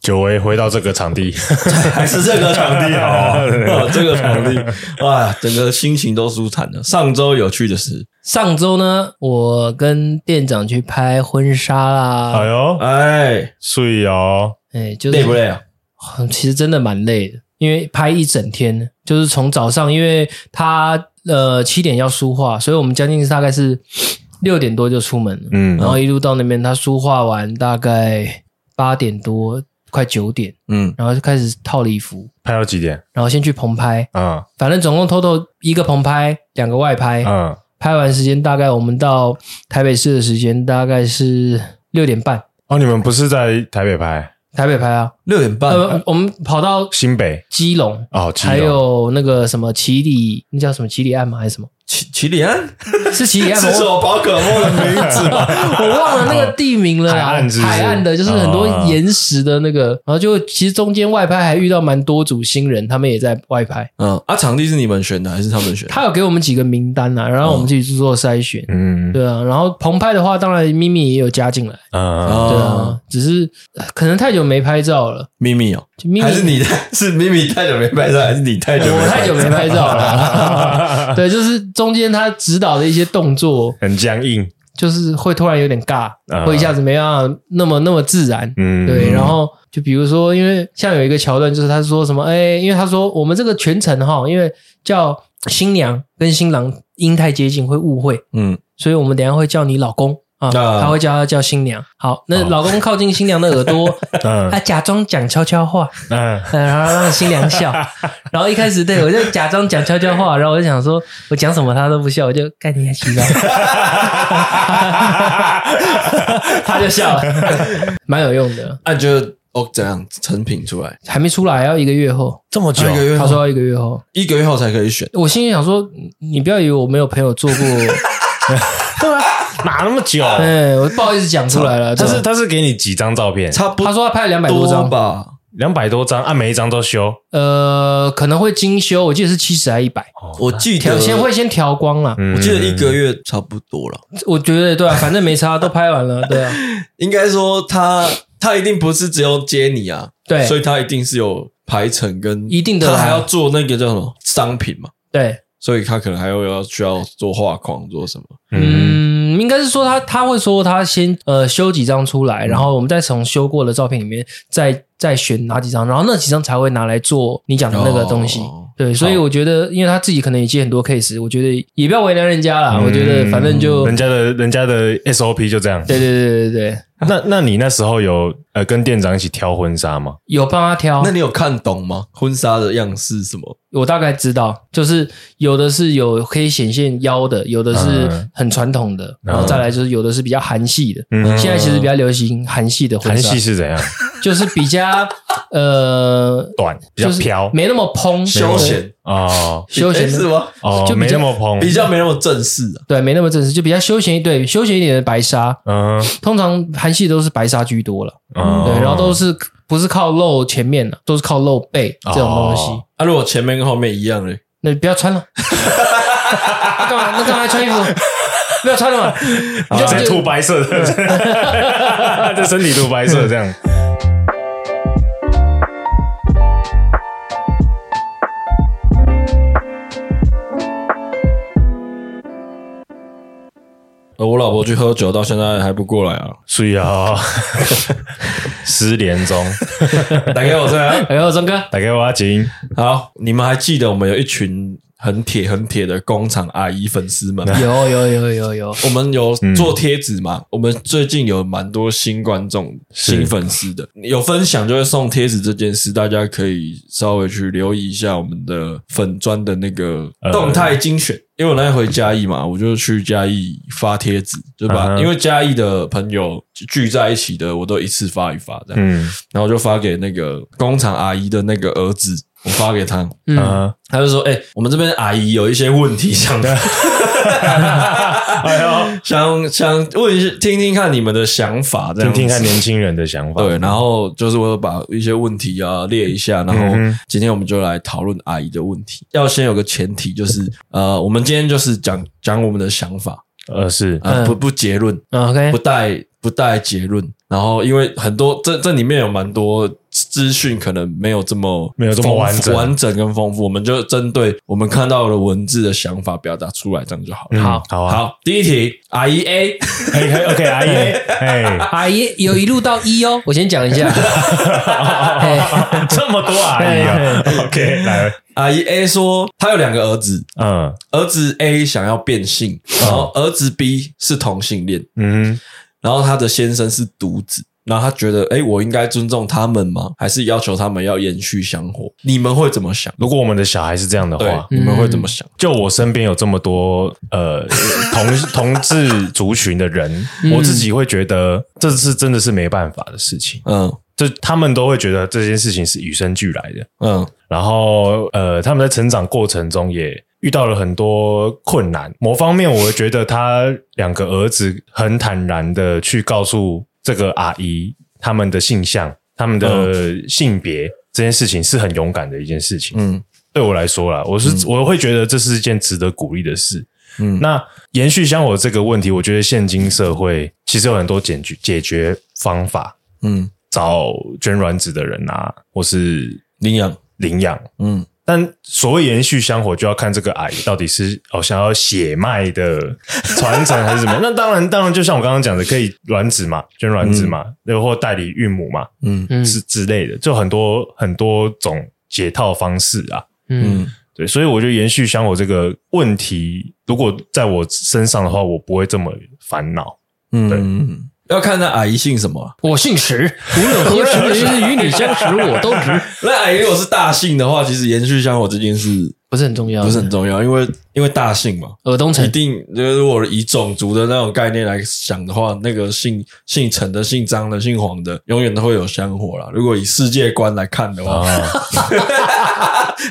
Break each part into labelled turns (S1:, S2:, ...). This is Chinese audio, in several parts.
S1: 久违回到这个场地，
S2: 还是这个场地好、哦，这个场地哇，整个心情都舒坦了。上周有趣的事，
S3: 上周呢，我跟店长去拍婚纱
S1: 哎
S3: 啦，
S1: 呦，
S2: 哎，
S1: 睡哦，
S3: 哎，就是
S2: 累不累啊？
S3: 哦其实真的蛮累的，因为拍一整天，就是从早上，因为他呃七点要梳化，所以我们将近大概是六点多就出门了，
S1: 嗯
S3: 然后一路到那边，他梳化完大概八点多，快九点，
S2: 嗯，
S3: 然后就开始套礼服，
S1: 拍到几点？
S3: 然后先去棚拍，
S1: 嗯
S3: 反正总共 total 一个棚拍，两个外拍，
S1: 嗯，
S3: 拍完时间大概我们到台北市的时间大概是六点半，
S1: 哦，你们不是在台北拍，
S3: 台北拍啊，
S2: 六点半，
S3: 呃，我们跑到
S1: 新北
S3: 基隆，
S1: 哦，基隆
S3: 还有那个什么奇里，那叫什么奇里岸吗？还是什么？
S2: 起起里安
S3: 是奇里岸 吗
S2: 是？首宝可梦的名字吗？
S3: 我忘了那个地名了啦。
S1: 哦海岸是不是
S3: 的，就是很多
S1: 哦
S3: 岩石的那个，然后就其实中间外拍还遇到蛮多组新人，他们也在外拍。
S2: 嗯，啊，场地是你们选的还是他们选的？
S3: 他有给我们几个名单啦，然后我们自己去做筛选。
S1: 嗯
S3: 对啊，然后澎湃的话，当然咪咪也有加进来。
S1: 嗯，
S2: 哦
S3: 对啊，只是呃可能太久没拍照了，
S2: 秘密哦，
S3: 就咪咪
S2: 还是你太是秘密太久没拍照，还是你太久没
S3: 我
S2: 拍
S3: 太
S2: 照
S3: 久没拍照了。 对，就是中间他指导的一些动作，
S1: 很僵硬，
S3: 就是会突然有点尬，
S1: 啊
S3: 会一下子没办法那么那么自然。
S1: 嗯，
S3: 对，然后就比如说，因为像有一个桥段，就是他说什么，哎，因为他说我们这个全程哈，因为叫新娘跟新郎音太接近会误会，
S2: 嗯，
S3: 所以我们等一下会叫你老公啊，
S2: 啊哦
S3: 他会叫他叫新娘。好，那老公靠近新娘的耳 朵，他
S1: 嗯
S3: 假装讲悄悄话，
S1: 嗯，
S3: 嗯，然后让新娘 笑，然后一开始对我就假装讲悄悄话，然后我就想说，我讲什么她都不笑，我就干你还洗澡，
S1: 啊
S3: 她就笑 了，蛮有用的。
S2: 那就哦怎样成品出来？
S3: 还没出来，要一个月后，
S1: 这么久
S2: 一个月
S3: 他
S2: 后
S3: 说要一个月后，
S2: 一个月后才可以选，
S3: 我心里想说，你你不要以为我没有朋友 做过，
S1: 哪那么久？
S3: 哎，我不好意思讲出来 了，
S1: 他
S3: 但
S1: 是
S3: 是
S1: 他是给你几张照片？
S2: 差不
S3: 他说他拍了两百多
S2: 多
S3: 张，
S2: 吧？
S1: 两百多张，啊，每一张都修。
S3: 呃，可能会精修，我记得是七十还一百，
S2: 我记
S3: 调
S2: 得
S3: 先会先调光啦。
S1: 哦嗯
S2: 我记得一个月差不多了，
S3: 我觉得对啊，反正没差，都拍完了，对啊，
S2: 应该说他他一定不是只有接你啊，
S3: 对
S2: 所以他一定是有排程跟
S3: 一定的啊
S2: 他
S3: 啦
S2: 还要做那个叫什么商品嘛，
S3: 对。
S2: 所以他可能还会要需要做画框做什么，
S1: 嗯
S3: 嗯，应该是说他他会说他先呃修几张出来，然后我们再从修过的照片里面再再选哪几张，然后那几张才会拿来做你讲的那个东西。
S2: 哦
S3: 对，所以我觉得，因为他自己可能也接很多 case，我觉得也不要为难人家啊
S1: 嗯
S3: 啦。我觉得反正就
S1: 人家的人家的 SOP 就这样。
S3: 对对对对对，
S1: 那那你那时候有呃跟店长一起挑婚纱吗？
S3: 有帮他挑
S2: 那，你有看懂吗？婚纱的样式什么？
S3: 我大概知道，就是有的是有可以显现腰的，有的是
S1: 嗯
S3: 很传统的，然后再来就是有的是比较韩系的。
S1: 嗯
S3: 现在其实比较流行韩系的婚
S1: 韩
S3: 纱
S1: 系，是怎 样？
S3: 就是比较呃
S1: 短，比较
S3: 就是
S1: 飘
S3: 没那么蓬，
S2: 休闲
S1: 哦
S3: 休闲
S2: 诶哎是
S3: 的。嗯
S2: 吗？
S1: 哦，
S3: 就比
S1: 没
S3: 较
S1: 那么蓬，
S2: 比较没那么正式啊。
S3: 对，没那么正式，就比较休闲一对休闲一点的白纱，
S1: 嗯
S3: 通常韩系都是白纱居多了，
S1: 嗯，
S3: 对，然后都是不是靠露前面的，都是靠露背这种东西，
S1: 哦
S2: 啊，如果前面跟后面一样嘞，
S3: 那你不要穿了，那干嘛？那干嘛还穿衣服？不要穿了嘛，你
S1: 啊直接
S3: 就
S1: 涂白色 的， 这身体涂白色这样。
S2: 呃我老婆去喝酒到现在还不过来 啊，
S1: 所以啊，失联中，
S2: 打给我这样。
S3: 哎呦，钟哥，
S1: 打给我阿金，
S2: 好，你们还记得我们有一群很铁很铁的工厂阿姨粉丝 们？
S3: 有有有 有有，
S2: 我们有
S1: 嗯
S2: 做贴纸嘛？我们最近有蛮多新观众、新粉丝的，有分享就会送贴纸这件事，大家可以稍微去留意一下我们的粉砖的那个
S1: 呃
S2: 动态精选。因为我那一回嘉义嘛，我就去嘉义发贴纸，就把、
S1: 嗯哼
S2: 因为嘉义的朋友聚在一起的，我都一次发一发这样，
S1: 嗯
S2: 然后就发给那个工厂阿姨的那个儿子。我发给他，
S3: 嗯，
S1: 嗯，
S2: 他就说：“哎、我们这边阿姨有一些问题想
S1: 哎
S2: 想想问一下，听听看你们的想法，这
S1: 呦，
S2: 样
S1: 听
S2: 子
S1: 听看年轻人的想法。
S2: 对，然后就是我有把一些问题啊列一下，然
S1: 嗯
S2: 后
S1: 哼
S2: 今天我们就来讨论阿姨的问题。要先有个前提，就是呃，我们今天就是讲讲我们的想法，
S1: 呃，是，
S2: 呃，
S3: 嗯
S2: 不不结论，
S3: 嗯，OK，
S1: 哎
S2: 不带不带结论。然后因为很多这这里面有蛮多资讯，可能没有这么
S1: 没有这么
S2: 丰富
S1: 完整
S2: 完整跟丰富，我们就针对我们看到的文字的想法表达出来，这样就好了。
S1: 嗯
S3: 好
S1: 好啊，
S2: 好，第一题，阿姨 A，
S1: 可以可以，OK，阿姨， 哎，
S3: 阿姨有啊一路到一哦，我先讲一下，哎
S1: 这么多阿姨啊，OK，来，
S2: 阿姨 A 说她有两个儿子，
S1: 嗯
S2: 儿子 A 想要变性，然后儿子 B 是同性恋，
S1: 嗯
S2: 然后他的先生是独子，然后他觉得，哎，我应该尊重他们吗？还是要求他们要延续香火？你们会怎么想
S1: 哼，？如果我们的小孩是这样的
S2: 对
S1: 话，，
S2: 你们会怎么想？
S1: 就我身边有这么多呃同同志族群的人，我自己会觉得这是真的是没办法的事情，
S2: 嗯
S1: 这他们都会觉得这件事情是与生俱来的。
S2: 嗯
S1: 然后呃，他们在成长过程中也遇到了很多困难。某方面，我觉得他两个儿子很坦然的去告诉这个阿姨他们的性向、他们的性别、这件事情是很勇敢的一件事情。
S2: 嗯
S1: 对我来说啦，我是、我会觉得这是一件值得鼓励的事。
S2: 嗯
S1: 那延续香火这个问题，我觉得现今社会其实有很多解决解决方法，
S2: 嗯，
S1: 找捐卵子的人啊，或是
S2: 领养，
S1: 领养，
S2: 嗯
S1: 但所谓延续香火，就要看这个阿姨到底是哦想要血脉的传承还是什么。那当然，当然，就像我刚刚讲的，可以卵子嘛，捐卵子嘛，又、或代理孕母嘛，
S2: 嗯
S3: 嗯
S1: 是之类的，就很多很多种解套方式啊。
S3: 嗯
S2: 嗯
S1: 对，所以我觉得延续香火这个问题，如果在我身上的话，我不会这么烦恼。
S2: 嗯，要看那阿姨姓什么啊。
S3: 我姓石，无论何时日与你相识，我都值，
S2: 那阿姨如果是大姓的话，其实延续香火这件事
S3: 不是很重要，
S2: 不是很重要，因为因为大姓嘛，
S3: 尔东
S2: 一
S3: 城，
S2: 定就是如果以种族的那种概念来想的话，那个姓姓陈的、姓张的、姓黄的，永远都会有香火啦。如果以世界观来看的话，
S1: 啊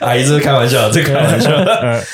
S2: 阿姨这是开玩笑，这是开玩笑。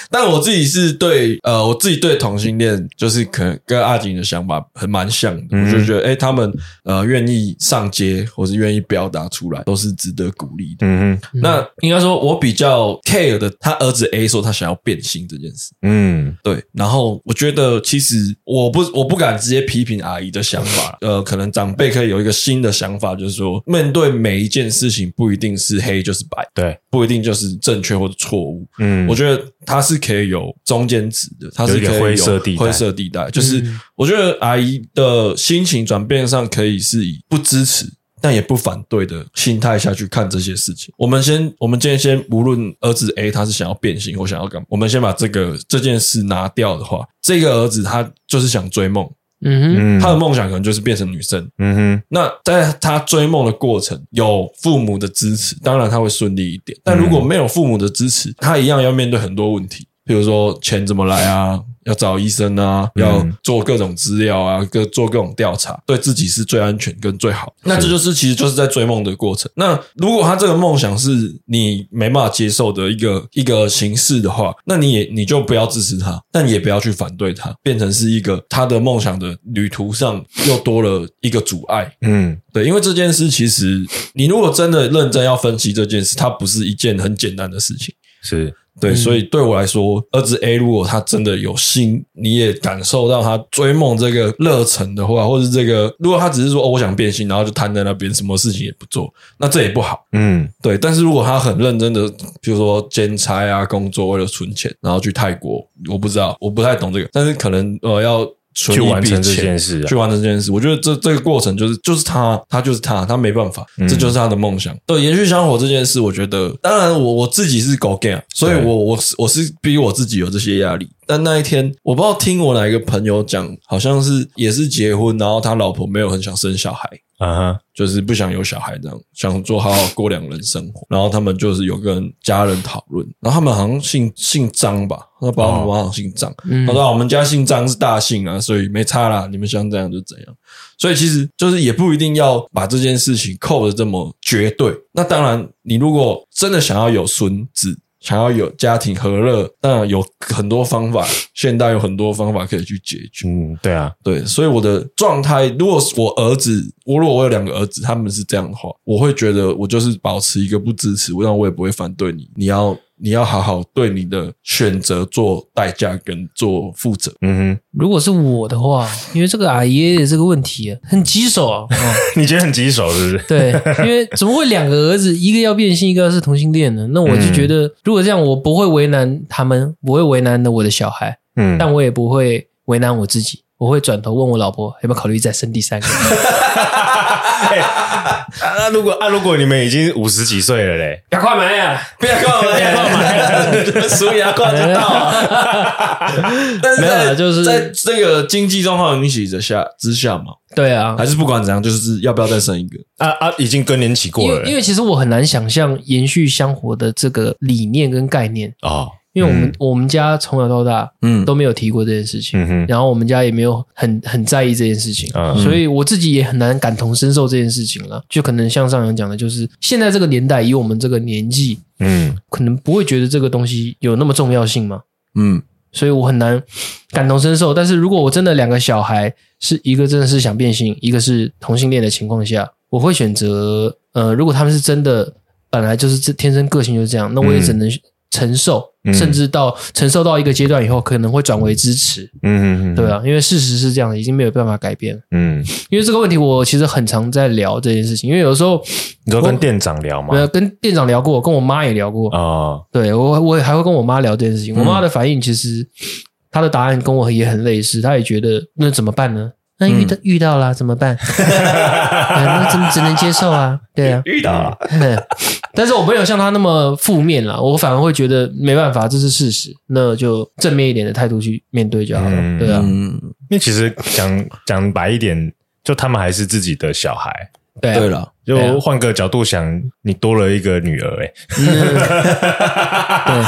S2: 但我自己是对呃，我自己对同性恋就是可能跟阿锦的想法很蛮像的，
S1: 嗯
S2: 我就觉得哎、诶他们呃愿意上街或是愿意表达出来，都是值得鼓励的。
S1: 嗯哼
S2: 那应该说，我比较 care 的，他儿子 A 说他想要变性这件事。
S1: 嗯
S2: 对，然后我觉得其实我不我不敢直接批评阿姨的想法，呃，可能长辈可以有一个新的想法，就是说面对每一件事情不一定是黑就是白，
S1: 对，
S2: 不一定就是正确或者错误。
S1: 嗯，
S2: 我觉得它是可以有中间值的，它
S1: 有
S2: 是
S1: 一个
S2: 可以有
S1: 灰色地带
S2: 灰色地带就是
S3: 嗯
S2: 我觉得阿姨的心情转变上可以是以不支持。但也不反对的心态下去看这些事情。我们先，我们今天先，无论儿子 A 他是想要变性或想要干嘛，我们先把这个这件事拿掉的话，这个儿子他就是想追梦，
S3: 嗯
S1: 嗯
S2: 他的梦想可能就是变成女生。
S1: 嗯哼
S2: 那在他追梦的过程，有父母的支持，当然他会顺利一点。但如果没有父母的支持，他一样要面对很多问题，比如说钱怎么来啊，要找医生啊，
S1: 嗯
S2: 要做各种资料啊，各做各种调查，对自己是最安全跟最好。那这就是其实就是在追梦的过程。那如果他这个梦想是你没办法接受的一个一个形式的话，那你也你就不要支持他，但也不要去反对他，变成是一个他的梦想的旅途上又多了一个阻碍。
S1: 嗯
S2: 对，因为这件事其实，你如果真的认真要分析这件事，它不是一件很简单的事情。
S1: 是
S2: 对，
S3: 嗯
S2: 所以对我来说，儿子 A 如果他真的有心，你也感受到他追梦这个热忱的话，或是这个，如果他只是说哦，我想变性，然后就瘫在那边，什么事情也不做，那这也不好。
S1: 嗯
S2: 对，但是如果他很认真的，比如说兼差啊，工作为了存钱，然后去泰国，我不知道，我不太懂这个，但是可能呃要存
S1: 去
S2: 一笔
S1: 完成这
S2: 钱
S1: 件事啊
S2: 去完成这件事。我觉得这这个过程就是就是他，他就是他，他没办法，
S1: 嗯
S2: 这就是他的梦想。对，延续香火这件事，我觉得，当然我我自己是狗 gay，啊所以
S1: 对
S2: 我我是我是逼我自己有这些压力。但那一天，我不知道听我哪一个朋友讲，好像是也是结婚，然后他老婆没有很想生小孩，
S1: 嗯哼，
S2: 就是不想有小孩，这样想做好好过两人生活。然后他们就是有跟家人讨论，然后他们好像姓姓张吧，他爸爸妈妈好像姓张。
S3: 嗯
S2: 他说、啊我们家姓张是大姓啊，所以没差啦，你们想怎样就怎样。所以其实就是也不一定要把这件事情扣的这么绝对。那当然，你如果真的想要有孙子，想要有家庭和乐，那有很多方法，现代有很多方法可以去解决。
S1: 嗯，对啊，
S2: 对，所以我的状态，如果是我儿子，我如果我有两个儿子，他们是这样的话，我会觉得我就是保持一个不支持，但我也不会反对你。你要你要好好对你的选择做代价跟做负责。
S1: 嗯
S3: 如果是我的话，因为这个阿姨的这个问题啊很棘手 啊。哦
S1: 哼，你觉得很棘手是不是？
S3: 对，因为怎么会两个儿子，一个要变性，一个要是同性恋呢？那我就觉得，如果这样，我不会为难他们，不会为难的我的小孩，
S1: 嗯，
S3: 但我也不会为难我自己。我会转头问我老婆有没有考虑再生第三个。
S1: 哎啊那、如果啊，如果你们已经五十几岁了嘞，
S3: 赶 快买啊呀！
S2: 不要告我，不要告我，数牙挂就到啊。但是呃
S3: 没有
S2: 在
S3: 啦就是
S2: 在这个经济状况允许之下之下嘛，
S3: 对啊
S2: 还，是不管怎样，就是要不要再生一个？
S1: 啊啊，已经更年期
S3: 因
S1: 过了
S3: 为因为其实我很难想象延续香火的这个理念跟概念，
S1: 哦，
S3: 因为我们、我们家从小到大
S2: 嗯
S3: 都没有提过这件事情。
S1: 嗯哼，
S3: 然后我们家也没有很很在意这件事情，
S1: 嗯
S3: 所以我自己也很难感同身受这件事情了。就可能像上扬讲的，就是现在这个年代，以我们这个年纪，
S1: 嗯
S3: 可能不会觉得这个东西有那么重要性嘛，
S2: 嗯，
S3: 所以我很难感同身受。但是如果我真的两个小孩是一个真的是想变性，一个是同性恋的情况下，我会选择呃，如果他们是真的本来就是这天生个性就是这样，那我也只能承受，
S1: 嗯
S3: 甚至到承受到一个阶段以后，可能会转为支持。
S1: 嗯嗯，
S3: 对，啊，因为事实是这样，已经没有办法改变了。
S1: 嗯，
S3: 因为这个问题，我其实很常在聊这件事情，因为有时候
S1: 你说跟
S3: 我
S1: 店长聊吗？
S3: 呃跟店长聊过，跟我妈也聊过，
S1: 哦，
S3: 对我我也还会跟我妈聊这件事情。我妈的反应其实她的答案跟我也很类似，她也觉得那怎么办呢？那遇到、遇到了怎么办？ 哎那怎么只能接受啊？对啊，
S1: 遇到了，
S3: 但是我没有像她那么负面啦，我反而会觉得没办法，这是事实，那就正面一点的态度去面对就好了。
S1: 嗯
S3: 对啊，
S2: 嗯，
S1: 因为其实讲讲白一点，就他们还是自己的小孩。
S3: 对啊，
S2: 对了。
S3: 对啊
S1: 就换个角度想，你多了一个女儿、欸，
S2: 嗯
S1: 哎，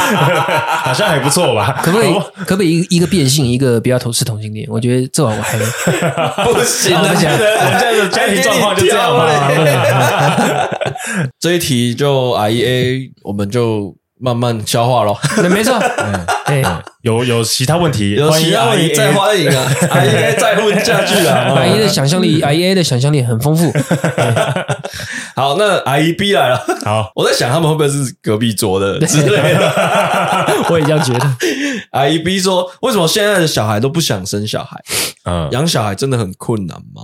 S1: 好像还不错吧？
S3: 可不可以？可不可以一个一个变性，一个不要投是同性恋？我觉得这玩意我还没
S2: 不行
S3: 啊
S2: 啊，
S3: 不行
S2: 现在
S1: 我们现在的家庭状况就这样嘛
S2: 还给你挑嘞 这一题就 I E A，我们就慢慢消化咯。
S3: 没没错，哎，
S1: 有有其他问题，
S2: 有
S1: 欢
S2: 其
S1: 迎
S2: 他问
S1: REA
S2: 题再欢迎啊，I E A 再问下去啊。
S3: 阿姨的想象力，阿姨的想象力很丰富。
S2: 好，那 I E B 来了，
S1: 好，
S2: 我在想他们会不会是隔壁桌的之类 的。
S3: 我也这样觉得。
S2: I E B 说，为什么现在的小孩都不想生小孩？
S1: 嗯
S2: 养小孩真的很困难吗？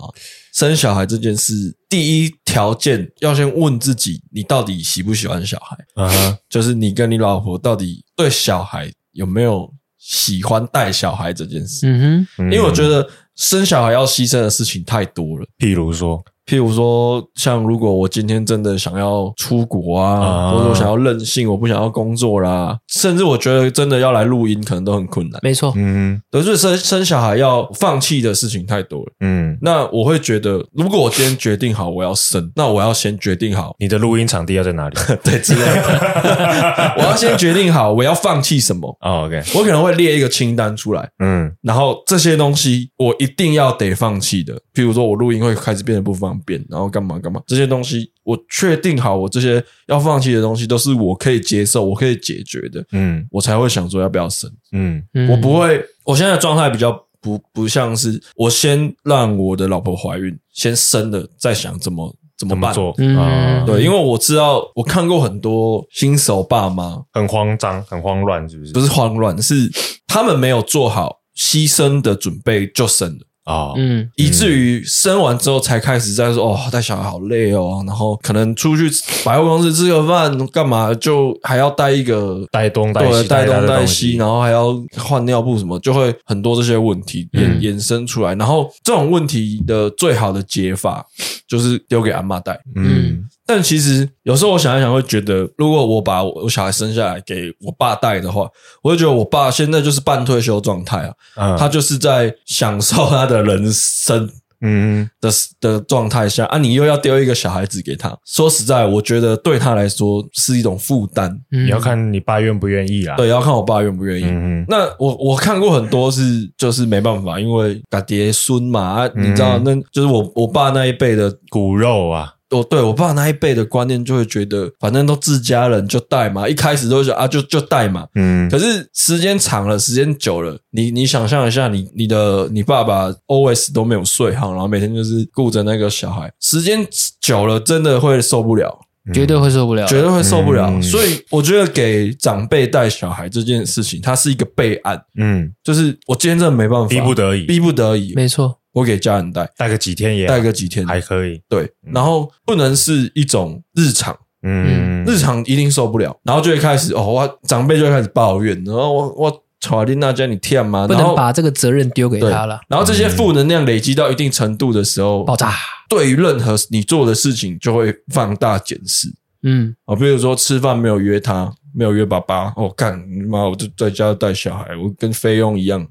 S2: 生小孩这件事，第一条件要先问自己，你到底喜不喜欢小孩？
S1: 嗯哼
S2: 就是你跟你老婆到底对小孩有没有喜欢带小孩这件事？
S3: 嗯哼，
S1: 嗯
S2: 因为我觉得生小孩要牺牲的事情太多了。
S1: 譬如说，
S2: 譬如说，像如果我今天真的想要出国啊，
S1: 啊
S2: 或者我想要任性，我不想要工作啦，甚至我觉得真的要来录音，可能都很困难。
S3: 没错。
S1: 嗯
S2: 可是生生小孩要放弃的事情太多了。
S1: 嗯，
S2: 那我会觉得，如果我今天决定好我要生，那我要先决定好
S1: 你的录音场地要在哪里？
S2: 对之类的， 我要先决定好我要放弃什么。
S1: 哦，OK，
S2: 我可能会列一个清单出来，
S1: 嗯
S2: 然后这些东西我一定要得放弃的，譬如说我录音会开始变得不方便，然后干嘛干嘛，这些东西我确定好，我这些要放弃的东西都是我可以接受、我可以解决的，
S1: 嗯
S2: 我才会想说要不要生。
S1: 嗯
S3: 嗯
S2: 我不会，我现在的状态比较不不像是我先让我的老婆怀孕，先生了再想怎么怎么
S1: 怎么
S2: 办。
S1: 做？
S3: 嗯
S1: 啊，
S2: 对，因为我知道，我看过很多新手爸妈，
S1: 很慌张，很慌乱，是不是？
S2: 不是慌乱，是他们没有做好牺牲的准备就生了。
S1: 哦，
S3: 嗯
S2: 以至于生完之后才开始在说哦，带小孩好累哦，然后可能出去百货公司吃个饭干嘛，就还要带一个
S1: 带东带
S2: 对
S1: 西，
S2: 带东带
S1: 带
S2: 西，，然后还要换尿布什么，就会很多这些问题衍、
S3: 嗯
S2: 衍生出来。然后这种问题的最好的解法就是丢给阿妈带。
S1: 嗯
S2: 但其实有时候我想一想，会觉得如果我把我小孩生下来给我爸带的话，我会觉得我爸现在就是半退休状态啊，
S1: 嗯，
S2: 他就是在享受他的人生。
S1: 嗯，
S2: 的的状态下啊，你又要丢一个小孩子给他，说实在，我觉得对他来说是一种负担。
S1: 你
S3: 你
S1: 要看你爸愿不愿意啦。，啊
S2: 对，要看我爸愿不愿意。
S1: 嗯哼，
S2: 那我我看过很多是，就是没办法，因为干爹孙嘛，啊、
S1: 嗯
S2: 你知道，那就是我我爸那一辈的，
S1: 骨肉啊，
S2: 我哦对我爸那一辈的观念就会觉得，反正都自家人就带嘛，一开始都会想啊，就就带嘛。
S1: 嗯
S2: 可是时间长了，时间久了，你你想象一下你，你的你爸爸 always 都没有睡好，然后每天就是顾着那个小孩，时间久了真的会受不了。
S3: 嗯绝对会受不了。
S2: 绝对会受不了。
S1: 嗯
S2: 所以我觉得给长辈带小孩这件事情，它是一个备案，
S1: 嗯，
S2: 就是我今天真的没办法，
S1: 逼不得已，
S2: 逼不得已，
S3: 没错，
S2: 我给家人带，
S1: 带个几天也
S2: 带个几天，
S1: 还嗯可以，
S2: 对，然后不能是一种日常。
S1: 嗯，
S2: 日常一定受不了，然后就会开始哦，我长辈就会开始抱怨，然后我我吵你那家你天嘛，
S3: 不
S2: 然后
S3: 能把这个责任丢给
S2: 对
S3: 他了，
S2: 然后这些负能量累积到一定程度的时候，
S3: 爆炸。
S2: 对于任何你做的事情就会放大检视，
S3: 嗯，
S2: 啊，比如说吃饭没有约他，没有约爸爸，哦，干你妈，我就在家带小孩，我跟菲佣一样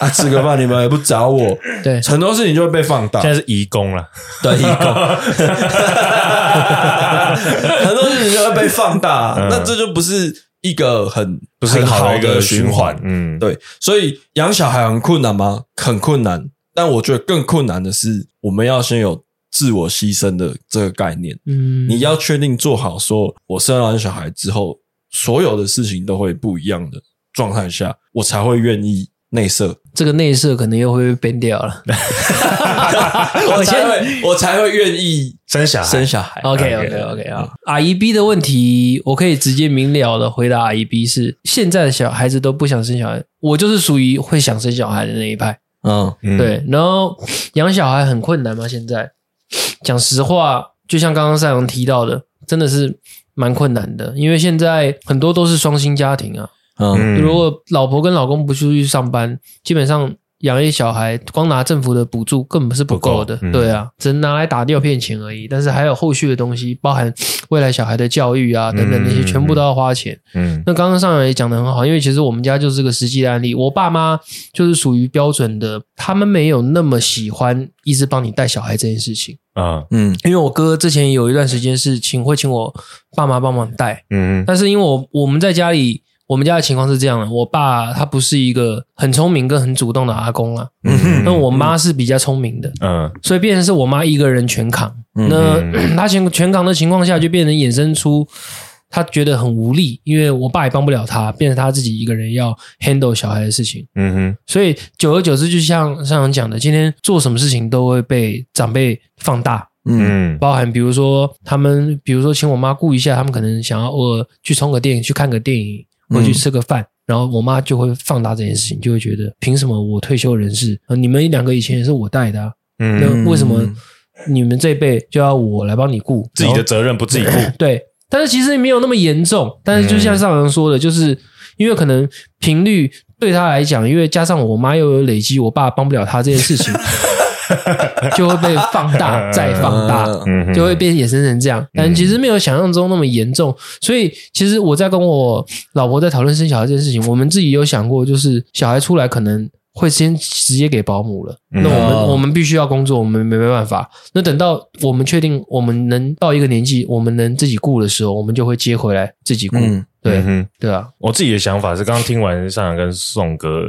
S2: 啊，吃个饭你们也不找 我，
S3: 对，
S2: 很多事情就会被放大，
S1: 现在是移工了，
S2: 对，一个，很多事情就会被放大，
S1: 嗯
S2: 那这就不是一个很
S1: 不是
S2: 很
S1: 好的一个
S2: 的
S1: 循
S2: 环
S1: 环，，嗯，
S2: 对，所以养小孩很困难吗？很困难，但我觉得更困难的是，我们要先有自我牺牲的这个概念。
S3: 嗯，
S2: 你要确定做好说，我生完小孩之后，所有的事情都会不一样的状态下，我才会愿意内射，
S3: 这个内射可能又会被编 掉了。
S2: 我才会我才会愿意
S1: 生小孩
S2: 生，小孩。
S3: OK OK OK 啊，阿姨 B 的问题，
S2: 嗯
S3: 我可以直接明了的回答阿姨 B 是：现在的小孩子都不想生小孩，我就是属于会想生小孩的那一派。
S2: 嗯
S1: 嗯，
S3: 对，然后养小孩很困难吗？现在讲实话，就像刚刚赛阳提到的，真的是蛮困难的，因为现在很多都是双薪家庭
S2: 嗯
S3: 啊。
S1: 嗯，
S3: 如果老婆跟老公不出去上班，基本上养一小孩，光拿政府的补助根本是不够的。
S1: 不够嗯
S3: 对啊，只能拿来打掉骗钱而已。但是还有后续的东西，包含未来小孩的教育啊等等那些，
S1: 嗯
S3: 全部都要花钱。
S1: 嗯
S3: 那刚刚上来也讲的很好，因为其实我们家就是个实际的案例。我爸妈就是属于标准的，他们没有那么喜欢一直帮你带小孩这件事情。
S1: 啊，
S2: 嗯
S3: 因为我哥之前有一段时间是请会请我爸妈帮忙带，
S1: 嗯
S3: 但是因为我我们在家里，我们家的情况是这样的：我爸他不是一个很聪明跟很主动的阿公啦，
S1: 嗯
S3: 那、我妈是比较聪明的，
S1: 嗯
S3: 所以变成是我妈一个人全扛。那、 他全全扛的情况下，就变成衍生出他觉得很无力，因为我爸也帮不了他，变成他自己一个人要 handle 小孩的事情。
S1: 嗯哼，
S3: 所以久而久之，就像上阳讲的，今天做什么事情都会被长辈放大。
S2: 嗯
S1: 嗯
S3: 包含比如说他们，比如说请我妈顾一下，他们可能想要偶尔去冲个电影、去看个电影，
S1: 嗯
S3: 或者去吃个饭，然后我妈就会放大这件事情，就会觉得凭什么我退休人士，呃你们两个以前也是我带的、啊，
S1: 嗯，
S3: 那为什么你们这一辈就要我来帮你顾
S1: 自己
S3: 然
S1: 的
S3: 后
S1: 责任不自己负，
S3: 对，但是其实没有那么严重。但是就像上文说的，就是因为可能频率对他来讲，因为加上我妈又有累积，我爸帮不了他这件 事情，就会被放大再放大。
S1: 嗯哼，
S3: 就会变衍生成这样。但其实没有想象中那么严重，所以其实我在跟我老婆在讨论生小孩这件事情，我们自己有想过，就是小孩出来可能。会先直接给保姆了，
S1: 嗯
S3: 那我们、
S2: 哦
S3: 我们必须要工作，我们没没办法。那等到我们确定我们能到一个年纪，我们能自己顾的时候，我们就会接回来自己顾。
S2: 嗯
S3: 对、
S1: 嗯哼
S3: 对啊，
S1: 我自己的想法是，刚刚听完上海跟宋哥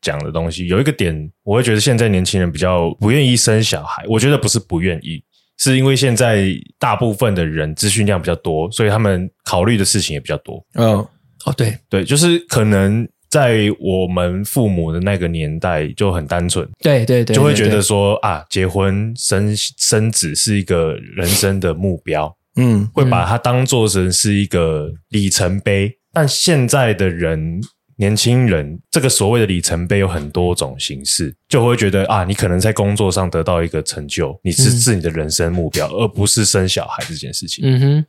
S1: 讲的东西，有一个点，我会觉得现在年轻人比较不愿意生小孩。我觉得不是不愿意，是因为现在大部分的人资讯量比较多，所以他们考虑的事情也比较多。
S2: 嗯
S3: 哦对，
S1: 对，就是可能在我们父母的那个年代就很单纯，
S3: 对对对，
S1: 就会觉
S3: 对
S1: 得说啊，结婚生生子是一个人生的目标。
S2: 嗯
S1: 会把它当做成是一个里程碑。但现在的人，年轻人，这个所谓的里程碑有很多种形式，就会觉得啊，你可能在工作上得到一个成就，你是
S3: 嗯
S1: 是你的人生目标，而不是生小孩这件事情。
S3: 嗯哼，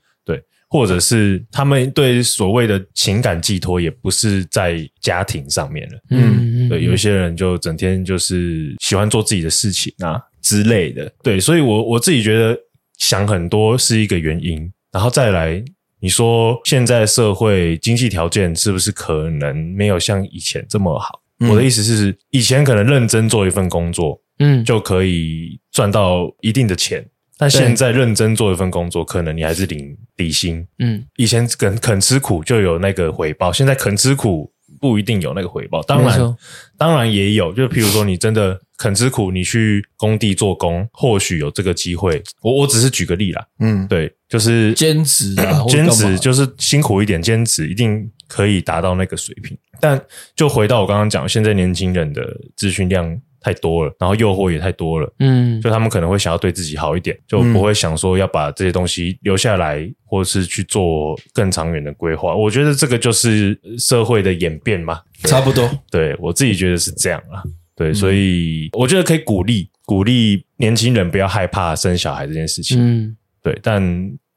S1: 或者是他们对所谓的情感寄托，也不是在家庭上面了。
S3: 嗯嗯，
S1: 对，有一些人就整天就是喜欢做自己的事情啊之类的。对，所以我我自己觉得想很多是一个原因，然后再来，你说现在社会经济条件是不是可能没有像以前这么好？
S2: 嗯
S1: 我的意思是，以前可能认真做一份工作，
S3: 嗯，
S1: 就可以赚到一定的钱。但现在认真做一份工作，可能你还是领底薪。
S3: 嗯
S1: 以前肯肯吃苦就有那个回报，现在肯吃苦不一定有那个回报。当
S3: 没
S1: 然
S3: 错，
S1: 当然也有，就譬如说你真的肯吃苦，你去工地做工，或许有这个机会。我我只是举个例啦，
S2: 嗯，
S1: 对，就是
S2: 兼职 啊，或者
S1: 兼
S2: 干嘛
S1: 职就是辛苦一点，兼职一定可以达到那个水平。但就回到我刚刚讲，现在年轻人的资讯量太多了，然后诱惑也太多了。
S3: 嗯，
S1: 就他们可能会想要对自己好一点，就不会想说要把这些东西留下来，或是去做更长远的规划。我觉得这个就是社会的演变嘛，
S2: 差不多，
S1: 对我自己觉得是这样啦。
S3: 嗯
S1: 对，所以我觉得可以鼓励鼓励年轻人不要害怕生小孩这件事情。
S3: 嗯，
S1: 对，但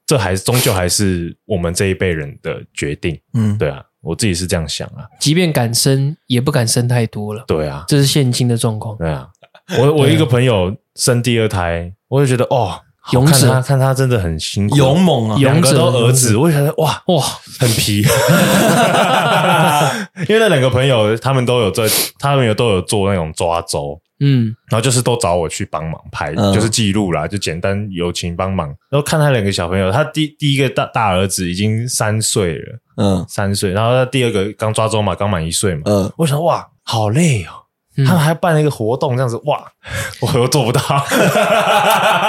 S1: 这还是终究还是我们这一辈人的决定。
S2: 嗯，
S1: 对啊，我自己是这样想啊。
S3: 即便敢生，也不敢生太多了，
S1: 对啊，
S3: 这是现今的状况。
S1: 对啊， 我我一个朋友生第二胎，我就觉得哦，好看
S3: 勇
S1: 他
S3: 者
S1: 看他真的很辛苦，
S2: 勇猛啊，
S1: 两个
S3: 勇
S1: 都
S3: 者
S1: 儿子，我就觉得哇，
S3: 哇，
S1: 很 皮。因为那两个朋友他们都有在，他们有都有做那种抓周。
S3: 嗯
S1: 然后就是都找我去帮忙拍，
S2: 嗯
S1: 就是记录啦，就简单友情帮忙。然后看他两个小朋友，他第第一个大大儿子已经三岁了，
S2: 嗯
S1: 三岁，然后他第二个刚抓周嘛，刚满一岁嘛。
S2: 嗯，
S1: 我想哇，好累哦，
S3: 嗯
S1: 他们还办了一个活动，这样子哇， 我又做不到。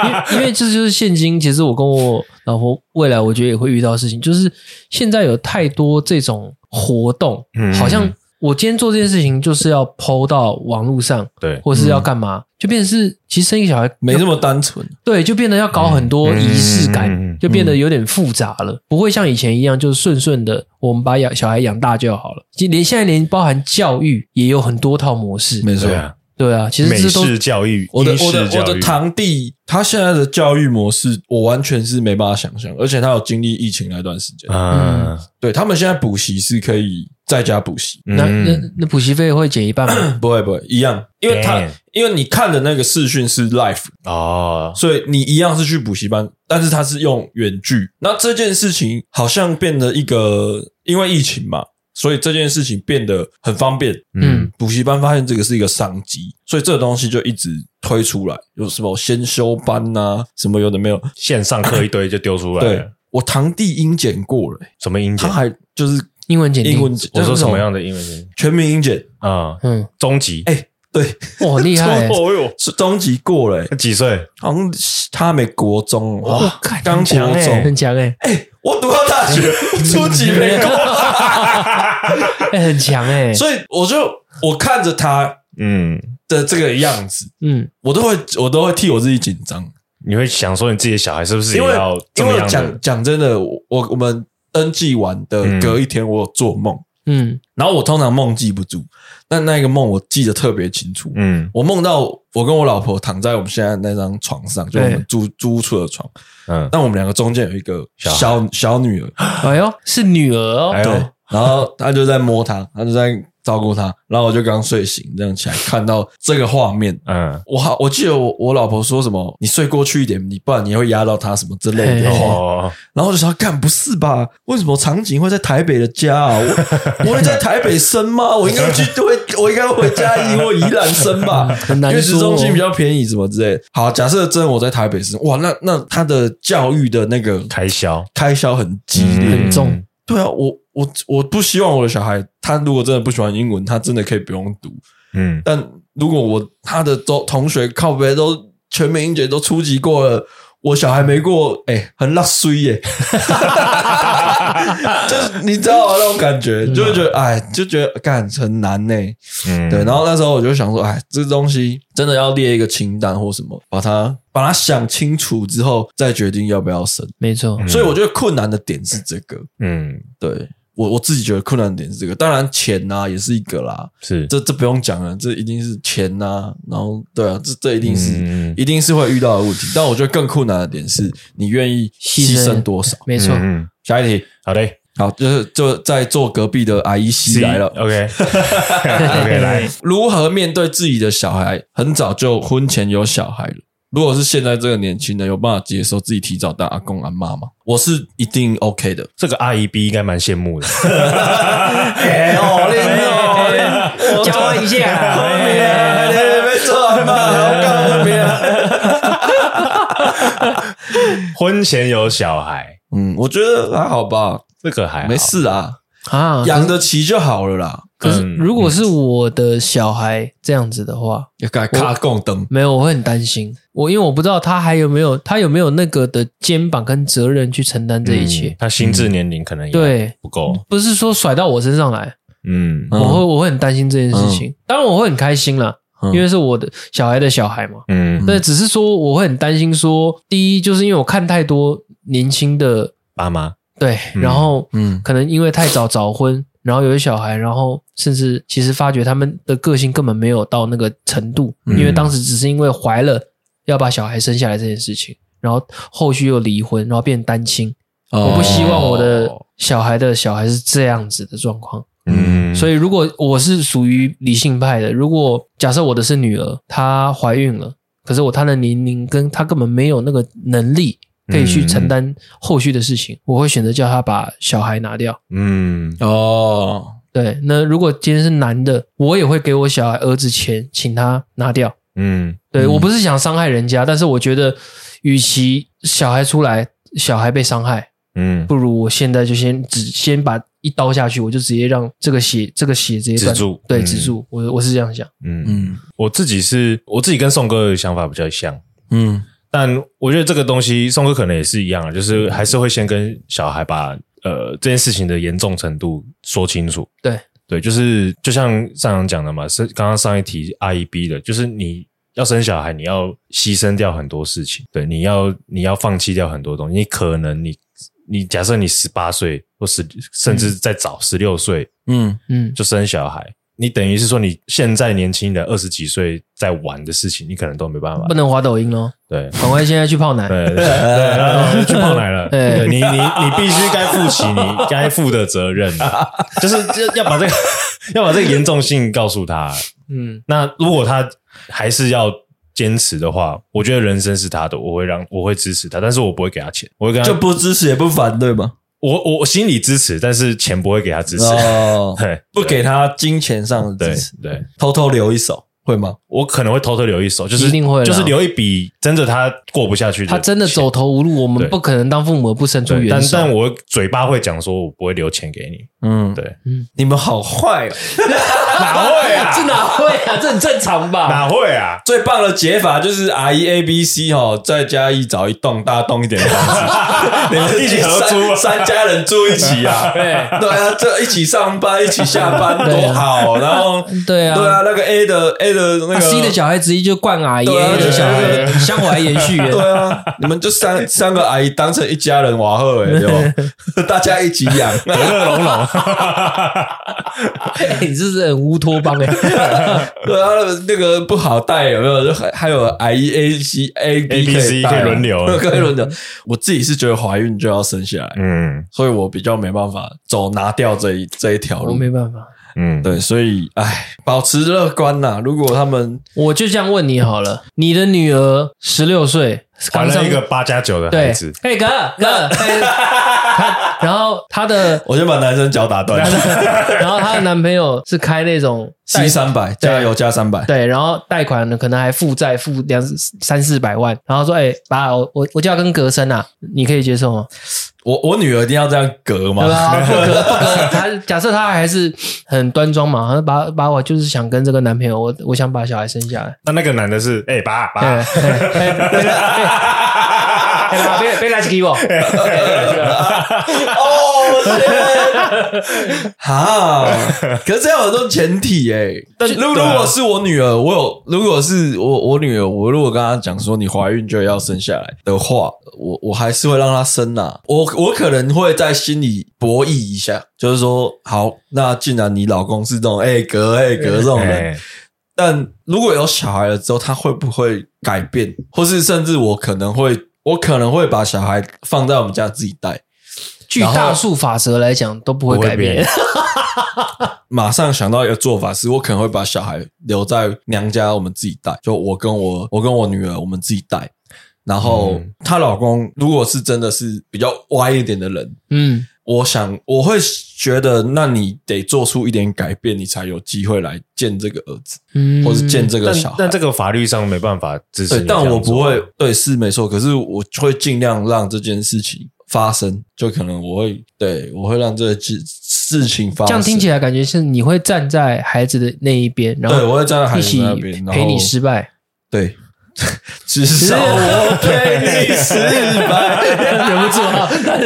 S3: 因为因为这就是现今，其实我跟我老婆未来我觉得也会遇到的事情，就是现在有太多这种活动，
S1: 嗯
S3: 好像我今天做这件事情就是要抛到网络上，
S1: 对，
S3: 或是要干
S1: 嗯
S3: 嘛，就变成是其实生一个小孩
S2: 没那么单纯，
S3: 对，就变得要搞很多仪式感，
S1: 嗯嗯嗯嗯
S3: 就变得有点复杂了，不会像以前一样就是顺顺的，我们把养小孩养大就好了。其实连现在连包含教育也有很多套模式，
S2: 没错
S1: 对。啊，
S3: 对啊，其实
S1: 美
S3: 这都
S1: 式教育，
S2: 我的
S1: 英
S2: 我的
S1: 式教
S2: 我的
S1: 育
S2: 堂弟，他现在的教育模式，我完全是没办法想象，而且他有经历疫情那段时间，
S1: 嗯，
S2: 对他们现在补习是可以在家补习，
S3: 那那
S1: 嗯
S3: 那补习费会减一半吗？
S2: 不会不会一样，因为他
S1: Damn
S2: 因为你看的那个视讯是 live，
S1: 哦，
S2: 所以你一样是去补习班，但是他是用远距。那这件事情好像变得一个，因为疫情嘛，所以这件事情变得很方便。
S3: 嗯
S1: 嗯
S2: 补习班发现这个是一个商机，所以这个东西就一直推出来，有什么先修班呐、什么有的没有。
S1: 线上课一堆就丢出来
S2: 对
S1: 了，
S2: 我堂弟英检过了、
S1: 什么英
S2: 他
S1: 检？
S2: 还就是
S3: 英文检定
S2: 英文，
S1: 我说什么样
S2: 的
S1: 的英文检？
S2: 全民英检？
S1: 啊，
S3: 嗯，
S1: 中级，
S2: 哦哎、对，
S3: 哇，很厉害、欸！
S1: 哦哟，
S2: 是中级过了、
S1: 那几岁？
S2: 好像他还没国中，哇，
S3: 看
S2: 刚
S1: 很
S2: 国
S1: 强欸
S2: 中
S3: 很，强哎、
S2: 哎、我读到大学，我初级没过。
S3: 欸，哎、很强哎、
S2: 所以我就我看着他
S1: 嗯，
S2: 的这个样子，
S3: 嗯，
S2: 我都会我都会替我自己紧张，
S1: 你会想说你自己的小孩是不是也
S2: 因为
S1: 要这
S2: 因
S1: 么
S2: 为
S1: 样
S2: 讲
S1: 的？
S2: 讲真的，我我我们登记完的
S1: 嗯
S2: 隔一天，我有做梦，
S3: 嗯，
S2: 然后我通常梦记不住，但那个梦我记得特别清楚。
S1: 嗯
S2: 我梦到我跟我老婆躺在我们现在那张床上，就我们
S3: 对
S2: 租租出的床，
S1: 嗯，
S2: 但我们两个中间有一个
S1: 小孩
S2: 小小女 儿，
S3: 哎呦，是女儿哦，
S1: 哎
S2: 对
S1: 呦，，
S2: 然后他就在摸她，他就在照顾她，然后我就刚睡醒，这样起来看到这个画面，
S1: 嗯，
S2: 我好，我记得我我老婆说什么，你睡过去一点，你不然你会压到他什么之类的
S3: 嘿
S2: 话。
S1: 哦，
S2: 然后我就说，干不是吧？为什么场景会在台北的家啊？我我会在台北生吗？我应该去会，我应该回家宜或宜兰生吧？
S3: 很难
S2: 因为市
S3: 说哦
S2: 中心比较便宜，什么之类的。好，假设真的我在台北生，哇，那那他的教育的那个
S1: 开销
S2: 开销很激烈。
S3: 很重
S1: 嗯
S2: 对啊，我我我不希望我的小孩，他如果真的不喜欢英文，他真的可以不用读。
S1: 嗯，
S2: 但如果我他的都同学靠背都全民英检都初级过了，我小孩没过，哎、很拉衰耶、就是你知道吗？那种感觉，就会觉得哎，就觉得干很难呢、
S1: 嗯
S2: 对，然后那时候我就想说，哎，这东西真的要列一个清单或什么，把它把它想清楚之后再决定要不要生。
S3: 没错，
S2: 所以我觉得困难的点是这个，
S1: 嗯
S2: 对我我自己觉得困难的点是这个，当然钱呐、也是一个啦，
S1: 是
S2: 这这不用讲了，这一定是钱呐、然后对啊，这这一定是、
S1: 嗯
S2: 一定是会遇到的问题。但我觉得更困难的点是你愿意牺
S3: 牺牲
S2: 牲多少。
S3: 没错，
S1: 嗯，嗯
S2: 下一题，
S1: 好嘞
S2: 好，就是就在坐隔壁的阿姨西来了。
S1: ，OK
S3: 哎
S1: OK 来，
S2: 如何面对自己的小孩？很早就婚前有小孩了。如果是现在这个年轻人，有办法接受自己提早当阿公阿妈吗？我是一定 OK 的。
S1: 这个阿姨 B 应该蛮羡慕的，哎
S2: 哎哦，你哦，
S3: 哎
S2: 哎
S3: 交换一下
S1: 哎
S2: 没错嘛，好干啊
S1: 婚前有小孩，
S2: 嗯，我觉得还好吧，
S1: 这个还好
S2: 没。事啊，
S3: 啊，
S2: 养得起就好了啦。
S3: 可是
S1: 嗯
S3: 如果是我的小孩这样子的话，
S2: 要改卡供灯，
S3: 没有，我会很担心。我因为我不知道他还有没有他有没有那个的肩膀跟责任去承担这一切
S1: 嗯。他心智年龄可能也
S3: 对，
S1: 不够。
S3: 不是说甩到我身上来，
S1: 嗯
S2: 嗯
S3: 我会我会很担心这件事情。当然我会很开心啦，
S2: 嗯
S3: 因为是我的小孩的小孩嘛。
S1: 嗯，
S3: 对，只是说我会很担心说第一就是因为我看太多年轻的
S1: 爸妈，
S3: 对，
S1: 嗯
S3: 然后
S2: 嗯
S3: 可能因为太早早婚，然后有些小孩，然后甚至其实发觉他们的个性根本没有到那个程度，
S1: 嗯
S3: 因为当时只是因为怀了要把小孩生下来这件事情，然后后续又离婚，然后变单亲。
S2: 哦
S3: 我不希望我的小孩的小孩是这样子的状况。
S1: 嗯，
S3: 所
S1: 以
S3: 以，如果我是属于理性派的，如果假设我的是女儿，她怀孕了，可是我她的年龄跟她根本没有那个能力可以去承担后续的事情，我会选择叫她把小孩拿掉。
S1: 嗯
S2: 哦，
S3: 对，那如果今天是男的，我也会给我小孩儿子钱，请他拿掉。
S1: 嗯
S3: 对、
S2: 嗯
S3: 我不是想伤害人家，但是我觉得，与其小孩出来，小孩被伤害，
S1: 嗯，
S3: 不如我现在就先只先把一刀下去，我就直接让这个血这个血直接断
S1: 止住
S3: 对，
S1: 嗯
S3: 止住。我我是这样想，
S1: 嗯，
S2: 嗯
S1: 我自己是我自己跟宋哥的想法比较像，
S2: 嗯
S1: 但我觉得这个东西宋哥可能也是一样啊，就是还是会先跟小孩把呃这件事情的严重程度说清楚。
S3: 对
S1: 对，就是就像上阳讲的嘛，是刚刚上一题 I E B 的，就是你要生小孩，你要牺牲掉很多事情，对，你要你要放弃掉很多东西，你可能你你假设你十八岁或十甚至再早十六岁
S2: 嗯
S3: 嗯
S1: 就生小孩，你等于是说你现在年轻人二十几岁在玩的事情，你可能都没办法
S3: 不，能滑抖音咯，
S1: 对。
S3: 赶快现在去泡奶。
S1: 对对对，然后就去泡奶 了。
S3: 对
S1: 对你你你必须该负起你该负的责任，啊就是要要把这个要把这个严重性告诉他。
S3: 嗯
S1: 那如果他还是要坚持的话，我觉得人生是他的，我会让我会支持他，但是我不会给他钱，我会跟他
S2: 就不支持也不反对嘛。
S1: 我我我心里支持，但是钱不会给他支持。
S2: 哦，
S1: 对
S2: 不给他金钱上的
S1: 对
S2: 支持，
S1: 对，
S2: 偷偷留一手会吗？
S1: 我可能会偷偷留一手，就是
S3: 一定会啦
S1: 就是留一笔，真的他过不下去的钱，
S3: 他真的走投无路，我
S1: 对
S3: 们不可能当父母不伸出
S1: 对。
S3: 援
S1: 但
S3: 手。
S1: 但我嘴巴会讲说，我不会留钱给你。
S2: 嗯，
S1: 对，
S2: 你们好坏哦！
S1: 哪会啊？
S3: 这哪会啊？这很正常吧？
S1: 哪会啊？
S2: 最棒的解法就是 R E A B C 哦，再加一找一栋大家栋一点的 房子，你们
S1: 一起合租啊
S2: 三三家人住一起啊，对 对啊，这一起上班，一起下班
S3: 对
S2: 多
S3: 啊
S2: 好，然后
S3: 对啊
S2: 对啊，那个 A 的 A 的那
S3: 那
S2: 个
S3: C 的小孩之一就冠阿姨
S2: 对啊
S3: A 的小
S2: 对
S3: 孩，香火还延续 耶。
S2: 对啊，你们就三三个阿姨当成一家人瓦赫哎，对吧？大家一起养，
S1: 和乐融 融，
S3: 哎你这是很乌托邦 哎。
S2: 对啊，那个不好带有没有？就还还有 I E A C A B
S1: ABC
S2: 带啊
S1: 可以轮流
S2: 可以轮流。我自己是觉得怀孕就要生下来，
S1: 嗯
S2: 所以我比较没办法走拿掉这一这一条
S3: 我
S2: 路。
S3: 没办法，
S1: 嗯，
S2: 对，所以哎，保持乐观呐、如果他们
S3: 我就这样问你好了，你的女儿十六岁，
S1: 怀
S3: 刚
S1: 了
S3: 上
S1: 一个八加九的孩
S3: 对
S1: 子，，
S3: 哎哥哥，哎她然后她的，
S2: 我先把男生脚打断，
S3: 然后她的男朋友是开那种
S2: C 三百
S3: 对
S2: 加油加三百，
S3: 对，然后贷款呢可能还负债负两三四百万，然后说哎爸，我我我就要跟格生啊，你可以接受吗？
S2: 我我女儿一定要这样隔
S3: 对
S2: 吗？
S3: 啊，不可不可，他假设他还是很端庄嘛，他把把我就是想跟这个男朋友，我我想把小孩生下来。
S1: 那那个男的是哎爸爸，
S3: 哎哎哎哎爸，别别来给我。
S2: 哦，天，哦好，可是这样有很多前提哎、但如如
S1: 对啊
S2: 果是我女儿，我有如果是我我女儿，我如果跟她讲说你怀孕就要生下来的话，我我还是会让她生呐、我我可能会在心里博弈一下，就是说，好，那既然你老公是这种哎格哎格这种人，
S1: 哎
S2: 但如果有小孩了之后，他会不会改变，或是甚至我可能会，我可能会把小孩放在我们家自己带。
S3: 据大数法则来讲，都不会改变。
S2: 马上想到一个做法是，我可能会把小孩留在娘家，我们自己带。就我跟我我跟我女儿，我们自己带。然后
S1: 嗯
S2: 她老公如果是真的是比较歪一点的人，
S3: 嗯，
S2: 我想我会觉得，那你得做出一点改变，你才有机会来见这个儿子，
S3: 嗯
S2: 或是见这个
S1: 但
S2: 小孩。
S1: 但这个法律上没办法支持
S2: 对
S1: 你，这样
S2: 但
S1: 做，
S2: 我不会，对，是没错。可是我会尽量让这件事情发生，就可能我会，对我会让这个事事情发生。
S3: 这样听起
S2: 来，
S3: 来感觉是你会站在孩子的那一边，然
S2: 对
S3: 后
S2: 我会站在孩
S3: 一
S2: 子
S3: 起
S2: 那边，然
S3: 陪你
S2: 后
S3: 失 败。
S2: 对，至少我陪你失败。
S3: 忍不住啊！但是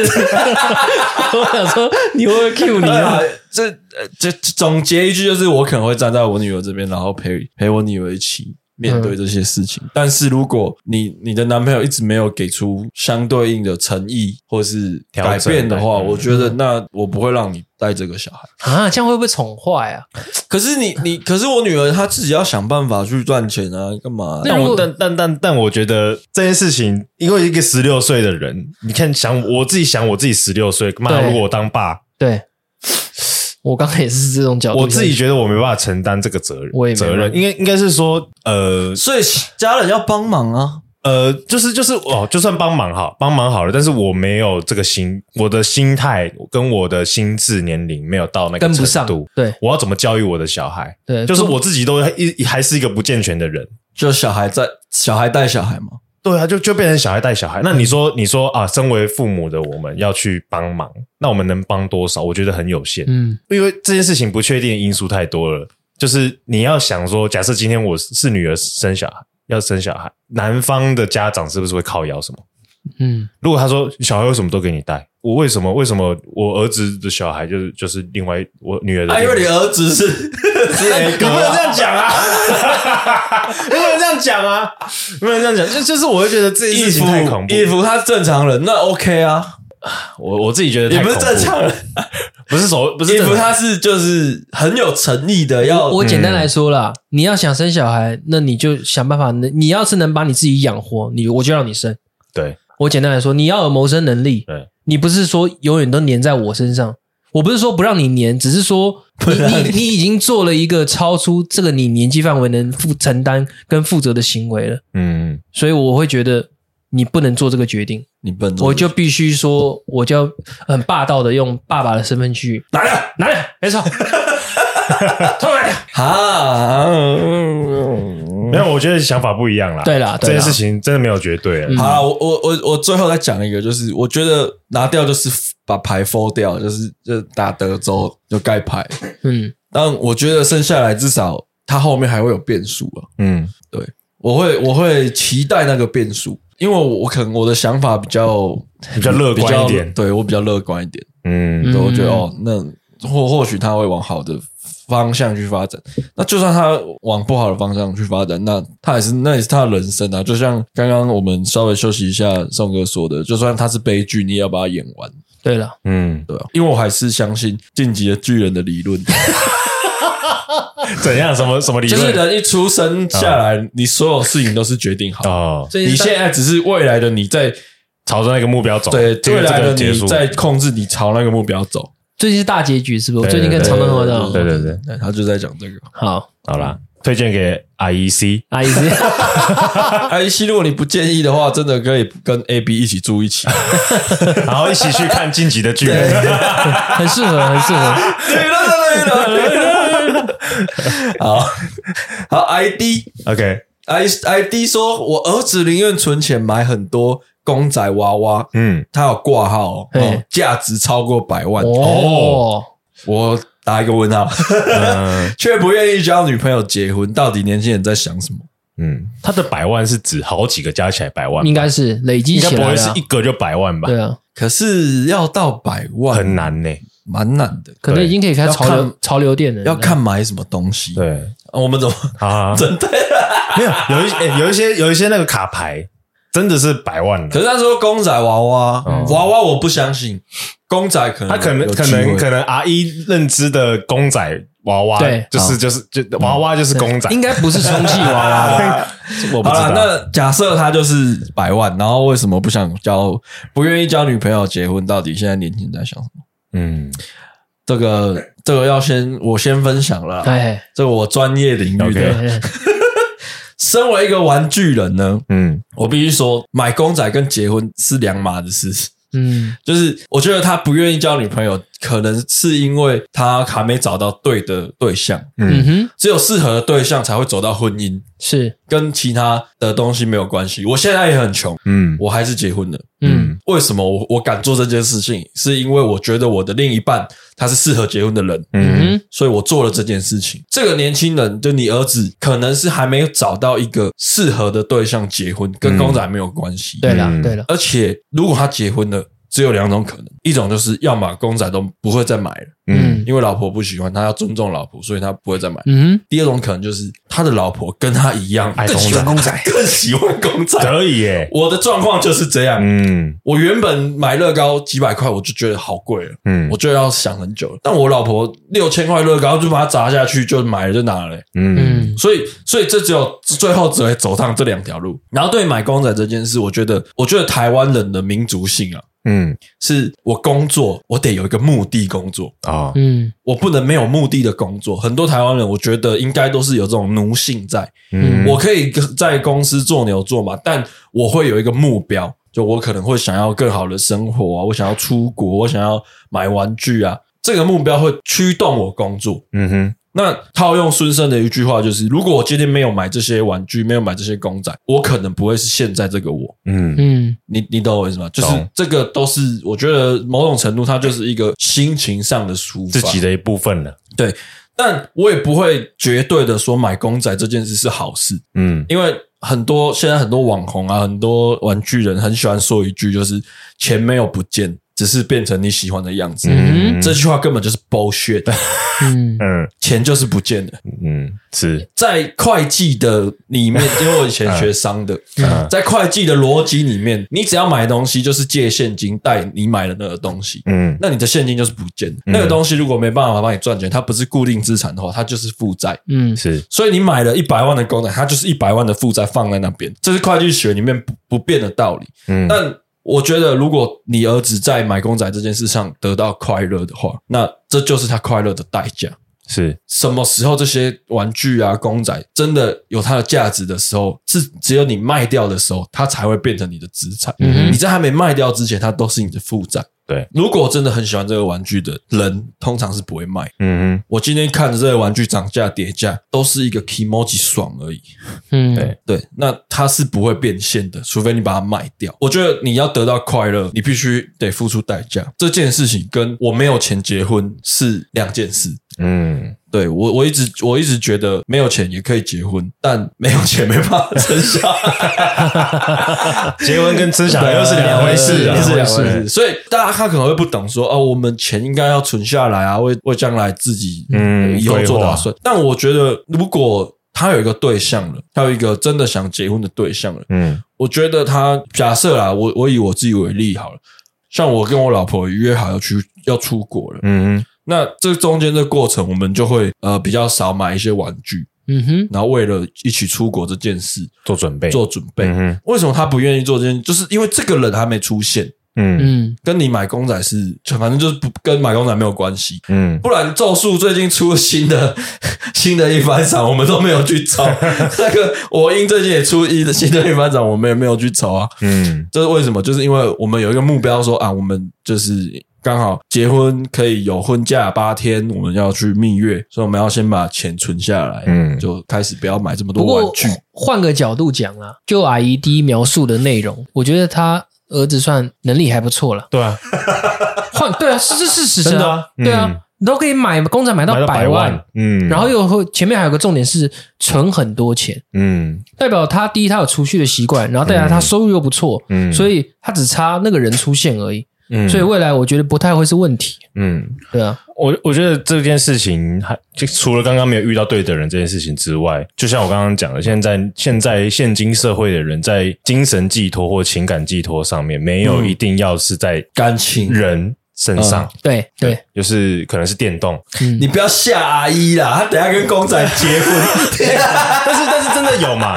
S3: 我想说，你会不会 Q 你
S2: 对
S3: 啊
S2: 啊？，这呃这这总结一句就是，我可能会站在我女儿这边，然后陪陪我女儿一起面对这些事情。但是如果你你的男朋友一直没有给出相对应的诚意或是改变的
S1: 调
S2: 话，
S1: 整
S2: 我觉得那我不会让你带这个小孩。
S3: 啊，这样会不会宠坏啊？
S2: 可是你你可是我女儿她自己要想办法去赚钱啊，干嘛？
S3: 那
S1: 但
S3: 如
S1: 我
S3: 果
S1: 但但但但我觉得这件事情，因为一个十六岁的人，你看想我自己想我自己十六岁，妈，
S3: 对
S1: 如果我当爸，
S3: 对，我刚才也是这种角度，
S1: 我自己觉得我没办法承担这个责任，
S3: 我也没办法
S1: 责任应该应该是说，呃
S2: 所以家人要帮忙啊。
S1: 呃，就是就是哦，就算帮忙好，帮忙好了，但是我没有这个心，我的心态跟我的心智年龄没有到那个
S3: 跟不
S1: 程
S3: 上呃
S1: 度，。
S3: 对
S1: 我要怎么教育我的小孩？
S3: 对，
S1: 就是
S3: 不
S1: 我自己都一还是一个不健全的人，
S2: 就小孩在，小孩带小孩嘛。
S1: 对啊，就就变成小孩带小孩。那你说，你说啊，身为父母的我们要去帮忙，那我们能帮多少？我觉得很有限，
S3: 嗯
S1: 因为这件事情不确定的因素太多了。就是你要想说，假设今天我是女儿生小孩，要生小孩，男方的家长是不是会靠腰什么？
S3: 嗯
S1: 如果他说小孩为什么都给你带，我为什么为什么我儿子的小孩就是就是另外我女儿的
S2: 啊，因
S1: 另外、
S2: 为你儿子是是 A
S1: 你
S2: 哥
S1: 哎不能
S2: 啊
S1: 这。样讲啊！ 你不能这样讲啊！不能这样讲，就就是我会觉得这件
S2: 义
S1: 事情
S2: 父
S1: 太恐怖了。
S2: 义父他正常人，那 OK 啊，
S1: 我我自己觉得
S2: 也
S1: 太
S2: 不是
S1: 恐怖
S2: 正常人。
S1: 不是手不是
S2: 义
S1: 正
S2: 父
S1: 常
S2: 他是就是很有诚意的要，
S3: 我简单来说啦，你要想生小孩，那你就想办法能，你要是能把你自己养活，你我就让你生。
S1: 对
S3: 我简单来说，你要有谋生能力，
S1: 对
S3: 你不是说永远都黏在我身上。我不是说不让你黏，只 是说你你你已经做了一个超出这个你年纪范围能负承担跟负责的行为了，
S1: 嗯
S3: 所以我会觉得你不能做这个决定，
S2: 你
S1: 嗯
S2: 笨，
S3: 我就必须说，我就要很霸道的用爸爸的身份去
S2: 来了
S3: 拿来，没错，偷来的。
S2: 啊。
S1: 没有，我觉得想法不一样啦。
S3: 对啦
S1: 这
S3: 对啦
S1: 件事情真的没有绝对。啊
S3: 嗯
S2: 好啦，我我我我最后再讲一个，就是我觉得拿掉就是把牌 fold 掉，就是就打德州就盖牌，
S3: 嗯，
S2: 但我觉得生下来至少他后面还会有变数啊。
S1: 嗯
S2: 我会我会期待那个变数，因为我我可能我的想法比较
S1: 比较乐观
S2: 比较
S1: 一点
S2: 对我比较乐观一点，
S1: 嗯
S2: 对
S3: 嗯
S2: 我觉得哦，那或或许他会往好的方向去发展。那就算他往不好的方向去发展，那他也是那也是他的人生啊。就像刚刚我们稍微休息一下，宋哥说的，就算他是悲剧，你也要把它演完，
S3: 对了，
S1: 嗯，
S2: 对吧、因为我还是相信《晋级的巨人》的理 论，
S1: 怎样？什么什么理
S2: 就是
S1: 论？
S2: 人一出生下来，你所有事情都是决定好的。
S1: 哦，
S3: 所以
S2: 你现在只是未来的你在
S1: 朝着那个目标走。
S2: 对
S1: 这
S2: 未
S1: 个
S2: 来
S1: 这
S2: 的
S1: 个结束
S2: 你。在控制你朝那个目标走。
S3: 最近是大结局，是不是？我
S1: 对
S3: 最近跟
S1: 对
S3: 长
S1: 对
S3: 灯合
S1: 对
S3: 照。
S1: 对对对，
S2: 对，他就在讲这个。
S3: 好，
S1: 好啦，推荐给 E IEC。
S3: 阿姨是
S2: 阿依西，如果你不介意的话，真的可以跟 A B 一起住一起。
S1: 然后一起去看《晋级的巨人》。
S3: 很适合，很适合。
S2: 好好，I D
S1: OK，
S2: I I D 说，我儿子宁愿存钱买很多公仔娃娃，
S1: 嗯，
S2: 他有挂号哦
S3: 嘿
S2: 哦，价值超过百
S1: 哦
S2: 万。
S3: 哦，
S2: 我打一个问号，
S1: 嗯
S2: 却不愿意交女朋友结婚，到底年轻人在想什么？
S1: 嗯，他的百万是指好几个加起来百万吧，
S3: 应该是累积
S1: 应该
S3: 起
S1: 不
S3: 来
S1: 会
S3: 了
S1: 是
S3: 啊
S1: 一。个就百万吧？
S3: 对啊，
S2: 可是要到百万
S1: 很，难呢。
S2: 蛮难的，
S3: 可能已经可以开
S2: 要
S3: 潮流
S2: 看
S3: 潮流店了。
S2: 要看买什么东西。
S1: 对，
S2: 啊我们怎么
S1: 好好，好
S2: 真的？
S1: 没有有一诶有一些有一些那个卡牌真的是百万的
S2: 可。是他说公仔娃娃，
S1: 嗯
S2: 娃娃我不相信，公仔可
S1: 他
S2: 能
S1: 可能
S2: 有机
S1: 可
S2: 会
S1: 能可能 R 一认知的公仔娃娃，
S3: 对
S1: 就是就是就娃娃就是公仔，
S3: 应该不是充气娃娃吧？
S1: 啊，我不
S2: 好
S1: 知
S2: 了，
S1: 道。
S2: 那假设他就是百万，然后为什么不想交，不愿意交女朋友结婚？到底现在年轻人在想什么？
S1: 嗯，
S2: 这个这个要先我先分享了，
S3: 哎，
S2: 这我专业领域
S3: 对，
S2: 的。
S3: 哎
S2: 身为一个玩具人呢，
S1: 嗯
S2: 我必须说，买公仔跟结婚是两码子事。
S3: 嗯
S2: 就是我觉得他不愿意交女朋友，可能是因为他还没找到对的对象，
S3: 嗯
S1: 嗯
S3: 哼，
S2: 只有适合的对象才会走到婚姻，
S3: 是，
S2: 跟其他的东西没有关系。我现在也很穷，
S1: 嗯
S2: 我还是结婚了。
S3: 嗯
S1: 嗯
S2: 为什么我我敢做这件事情？是因为我觉得我的另一半他是适合结婚的人，
S1: 嗯
S3: 嗯哼，
S2: 所以我做了这件事情。这个年轻人，就你儿子，可能是还没有找到一个适合的对象结婚，
S1: 嗯
S2: 跟公仔没有关系。
S3: 对了
S1: 嗯
S3: 对了，
S2: 而且如果他结婚了，只有两种可能，一种就是要么公仔都不会再买了，
S1: 嗯
S3: 嗯
S2: 因为老婆不喜欢他，要尊重老婆，所以他不会再买。
S3: 嗯哼，
S2: 第二种可能就是他的老婆跟他一样
S1: 爱
S2: 更喜欢
S1: 公
S2: 仔， 更喜欢公仔。
S1: 可以耶，
S2: 我的状况就是这样。
S1: 嗯
S2: 我原本买乐高几百块，我就觉得好贵了，
S1: 嗯
S2: 我就要想很久了。但我老婆六千块乐高就把它砸下去，就买了就拿了、
S1: 嗯
S3: 嗯
S2: 所以，所以这只有最后只会走上这两条路。然后，对于买公仔这件事，我觉得，我觉得台湾人的民族性啊，
S1: 嗯
S2: 是我工作我得有一个目的工作，
S1: 啊
S3: 嗯
S2: 我不能没有目的的工作。很多台湾人，我觉得应该都是有这种奴性在。
S1: 嗯
S2: 我可以在公司做牛做马，但我会有一个目标，就我可能会想要更好的生活啊，我想要出国，我想要买玩具啊，这个目标会驱动我工作。
S1: 嗯哼
S2: 那套用孙生的一句话就是：如果我今天没有买这些玩具，没有买这些公仔，我可能不会是现在这个我。
S1: 嗯
S3: 嗯
S2: 你你懂我意思吗？就是
S1: 懂
S2: 这个都是我觉得某种程度它就是一个心情上的抒
S1: 自
S2: 发，
S1: 己的一部分了，
S2: 对。但我也不会绝对的说买公仔这件事是好事，
S1: 嗯
S2: 因为很多现在很多网红啊，很多玩具人很喜欢说一句，就是钱没有不见，只是变成你喜欢的样子。
S3: 嗯
S2: 这句话根本就是 bullshit，
S3: 嗯
S1: 嗯
S2: 钱就是不见的。
S1: 嗯是
S2: 在会计的里面，因为我以前学商的，
S1: 嗯
S2: 在会计的逻辑里面，你只要买东西就是借现金贷你买的那个东西，
S1: 嗯
S2: 那你的现金就是不见的。
S1: 嗯
S2: 那个东西如果没办法帮你赚钱，它不是固定资产的话，它就是负债。
S3: 嗯
S1: 是
S2: 所以你买了一百万的公仔，它就是一百万的负债放在那边，这是会计学里面不不变的道理。
S1: 嗯
S2: 但我觉得，如果你儿子在买公仔这件事上得到快乐的话，那这就是他快乐的代价。
S1: 是
S2: 什么时候这些玩具啊、公仔真的有它的价值的时候，是只有你卖掉的时候，它才会变成你的资产。
S3: 嗯哼
S2: 你在还没卖掉之前，它都是你的负债。
S1: 对，
S2: 如果真的很喜欢这个玩具的人，通常是不会卖。
S1: 嗯哼
S2: 我今天看着这个玩具涨价跌价，都是一个 emoji 爽而已。
S3: 嗯，
S1: 对
S2: 对，那它是不会变现的，除非你把它卖掉。我觉得你要得到快乐，你必须得付出代价。这件事情跟我没有钱结婚是两件事。
S1: 嗯
S2: 对我，我一直我一直觉得没有钱也可以结婚，但没有钱没办法生小孩，
S1: 结婚跟生小孩又是两回事啊，
S2: 又是两
S3: 是
S2: 回事。所以大家他可能会不懂说，哦，我们钱应该要存下来啊，为为将来自己
S1: 嗯
S2: 以后呃做
S1: 规划
S2: 打算。但我觉得，如果他有一个对象了，他有一个真的想结婚的对象了，
S1: 嗯
S2: 我觉得他假设啦，我我以我自己为例好了，像我跟我老婆约好要去要出国了，
S1: 嗯哼
S2: 那这中间的过程，我们就会呃比较少买一些玩具，
S3: 嗯哼，
S2: 然后为了一起出国这件事
S1: 做准备
S2: 做准备。
S1: 嗯哼
S2: 为什么他不愿意做这件事？就是因为这个人还没出现，
S1: 嗯
S3: 嗯
S2: 跟你买公仔是就反正就是不跟买公仔没有关系。
S1: 嗯
S2: 不然咒术最近出了新的 新的一番赏，我们都没有去 抽。那个我英最近也出一的新的一番赏，我们也没有去抽啊。
S1: 嗯
S2: 这是为什么？就是因为我们有一个目标说啊，我们就是刚好结婚可以有婚假八天，我们要去蜜月，所以我们要先把钱存下来，
S1: 嗯
S2: 就开始不要买这么多
S3: 不
S2: 玩
S3: 过
S2: 具。
S3: 换个角度讲啦，就阿姨第一描述的内容，我觉得她儿子算能力还不错了。
S1: 对啊
S3: 换对啊，是这是事实
S1: 真的啊
S3: 对
S1: 嗯
S3: 啊，你都可以买公仔买
S1: 买
S3: 到
S1: 到
S3: 百万
S1: 万，嗯
S3: 然后又会前面还有个重点是存很多钱，
S1: 嗯
S3: 代表他第一他有储蓄的习惯，然后再来他收入又不错，
S1: 嗯
S3: 所以他只差那个人出现而已，
S1: 嗯
S3: 所以未来我觉得不太会是问题，
S1: 嗯
S3: 对啊，
S1: 我我觉得这件事情还就除了刚刚没有遇到对的人这件事情之外，就像我刚刚讲的，现在现在现今社会的人在精神寄托或情感寄托上面，没有
S2: 嗯
S1: 一定要是在
S2: 感情，
S1: 人身上，
S3: 对对，
S1: 就是可能是电动，
S3: 嗯
S2: 你不要吓阿姨啦，她等一下跟公仔结婚。
S1: 但是但是真的有嘛？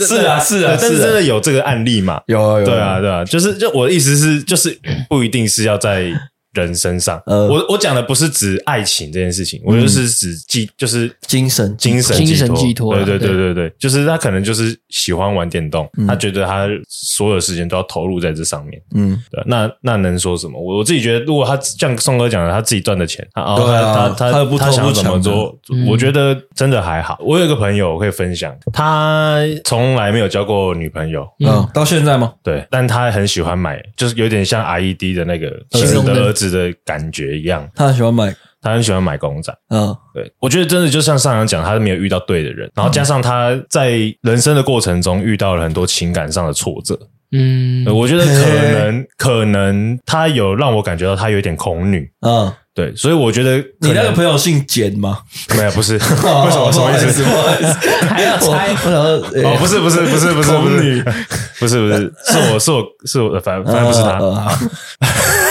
S2: 是啊，是啊，
S1: 对但是真
S2: 啊
S1: 的有这个案例嘛？
S2: 有啊有
S1: 对啊，，对啊，就是就我的意思是，就是不一定是要在人身上。
S4: 呃
S1: 我我讲的不是指爱情这件事情，我就是指寄，就是
S4: 精神
S1: 精神
S3: 精神寄托啊
S1: 对对
S3: 对
S1: 对对对，就是他可能就是喜欢玩电动，
S2: 嗯
S1: 他觉得他所有时间都要投入在这上面。
S4: 嗯，
S1: 对，啊那那能说什么？我我自己觉得，如果他像宋哥讲的，他自己赚的钱，他啊
S2: 对啊
S1: 他他
S2: 他又不
S1: 他
S2: 偷
S1: 想要
S2: 不
S1: 怎么
S2: 抢的
S1: 做
S3: 嗯，
S1: 我觉得真的还好。我有一个朋友我可以分享，他从来没有交过女朋友，
S2: 嗯，到现在吗？
S1: 对，但他很喜欢买，就是有点像 IED 的那个
S3: 形容
S1: 的
S3: 的
S1: 儿子的感觉一样，
S4: 他很喜欢买，
S1: 他很喜欢买公仔。
S4: 嗯
S1: 对，我觉得真的就像上阳讲，他没有遇到对的人，然后加上他在人生的过程中遇到了很多情感上的挫折，
S3: 嗯
S1: 呃，我觉得可能可能他有让我感觉到他有点恐女，
S4: 嗯，
S1: 对，所以我觉得
S2: 你那个朋
S1: 友
S2: 友姓简吗？
S1: 没有不是
S4: 哦
S1: 为什么什么意思？？
S4: 不好意思
S3: 还要
S4: 我
S3: 猜
S4: 我想
S2: 呃
S4: 说，
S1: 哦，
S4: 哎
S1: 不是不是不是不是不是不是不是是我是我是我反反正不是他，
S4: 嗯嗯
S2: 呃
S4: 嗯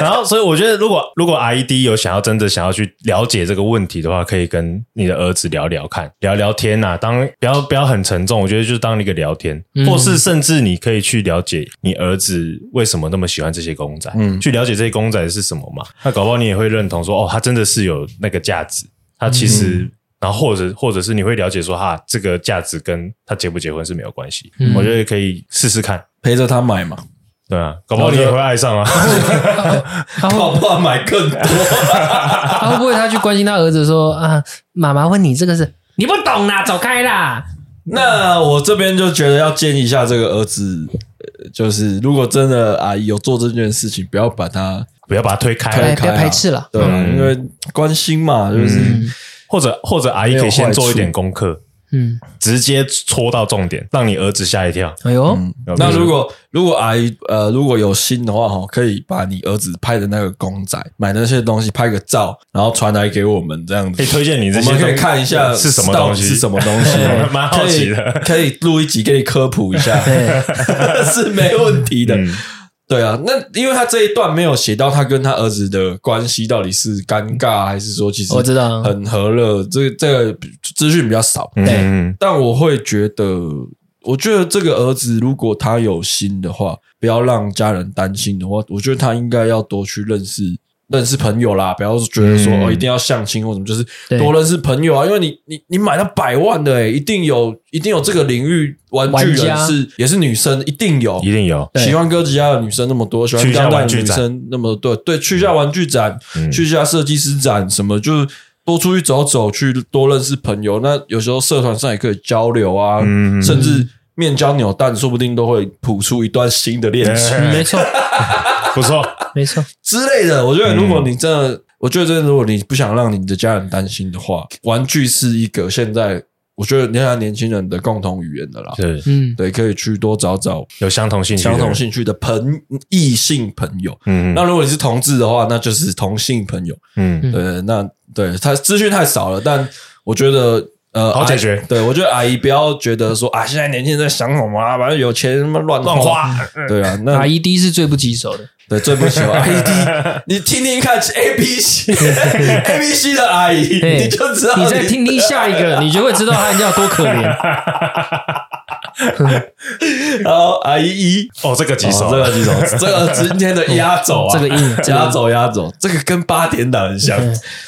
S1: 然后，所以我觉得，如果如果 IED 有想要真的想要去了解这个问题的话，可以跟你的儿子聊聊看，聊聊天呐、当不要不要很沉重，我觉得就是当一个聊天，
S3: 嗯
S1: 或是甚至你可以去了解你儿子为什么那么喜欢这些公仔，
S4: 嗯
S1: 去了解这些公仔是什么嘛。那搞不好你也会认同说，哦，它真的是有那个价值，它其实。然后，或者或者是你会了解说，哈，这个价值跟他结不结婚是没有关系。
S3: 嗯
S1: 我觉得可以试试看，
S2: 陪着他买嘛，
S1: 对啊，搞不好你也会爱上啊。
S3: 他会
S2: 不好买更多？
S3: 他啊会不会他去关心他儿子说啊，妈妈问你这个是你不懂啦，走开啦。
S2: 那我这边就觉得要建议一下这个儿子，呃就是如果真的阿姨有做这件事情，不要把他
S1: 不要把它推开，
S2: 推
S3: 哎，不
S2: 开啊
S3: 要排斥了。
S2: 对啊，
S1: 嗯
S2: 因为关心嘛，就是、
S1: 嗯或者或者阿姨可以先做一点功课，
S3: 嗯，
S1: 直接戳到重点，让你儿子吓一跳。
S3: 哎呦，
S2: 那如果如果阿姨呃如果有心的话哈，可以把你儿子拍的那个公仔买那些东西拍个照，然后传来给我们这样子
S1: 可以。哎推荐你这
S2: 我
S1: 些，
S2: 们可以看一 下
S1: 是什么
S2: 到
S1: 东
S2: 底
S1: 西，，
S2: 是什么东西
S1: 蛮好奇的
S2: 可以，可以录一集给你科普 一下，
S3: 对，
S2: 是没问题的。
S1: 嗯
S2: 对啊，那因为他这一段没有写到他跟他儿子的关系到底是尴尬还是说其实
S3: 我知道
S2: 很和乐，这个这个资讯比较少。
S1: 嗯
S3: 对
S1: 嗯
S2: 但我会觉得，我觉得这个儿子如果他有心的话，不要让家人担心的话，我觉得他应该要多去认识认识朋友啦，不要觉得说、
S1: 嗯
S2: 哦一定要相亲或什么，就是
S3: 对
S2: 多认识朋友啊，因为你你你买到百万的、欸，一定有一定有这个领域玩具
S3: 玩家
S2: 人士也是女生，一定有
S1: 一定有。
S3: 对
S2: 喜欢哥吉拉的女生那么多，喜欢
S1: 去一下
S2: 钢弹
S1: 玩
S2: 的
S1: 具
S2: 女
S1: 展
S2: 生那么多，对，去一下玩具展，
S1: 嗯
S2: 去一下设计师展，什么就是多出去走走，去多认识朋友。那有时候社团上也可以交流啊，
S1: 嗯
S2: 甚至面交扭蛋，说不定都会谱出一段新的恋曲
S3: 嗯没错，
S1: 不错，
S3: 没错，
S2: 之类的。我觉得，如果你真的，我觉得真的，如果你不想让你的家人担心的话，玩具是一个现在我觉得你看年轻人的共同语言的啦。
S1: 是
S3: 嗯，
S2: 对，可以去多找找
S1: 有相同兴趣，
S2: 相同，兴趣的朋异性朋友，
S1: 嗯
S2: 那如果你是同志的话，那就是同性朋友。
S1: 嗯，
S2: 对，那对他资讯太少了，但我觉得呃，
S1: 好解
S2: 阿姨
S1: 决
S2: 对我觉得阿姨不要觉得说啊，现在年轻人在想什么啊，反正有钱他妈乱
S1: 乱
S2: 花。
S1: 花，
S2: 对啊，
S1: 嗯
S2: 那
S3: 打一滴是最不棘手的。
S2: 对最不喜欢阿姨弟，你听听看 A B C A B C 的阿姨，
S3: 对
S2: 你就知道
S3: 你再听听下一个，你就会知道他人家有多 可怜。
S2: 然后阿姨一
S1: 哦，这个棘手
S2: 哦，这个几首，这个今天的压轴啊，
S3: 这个硬这个硬
S2: 压轴压轴，这个跟八点档很像。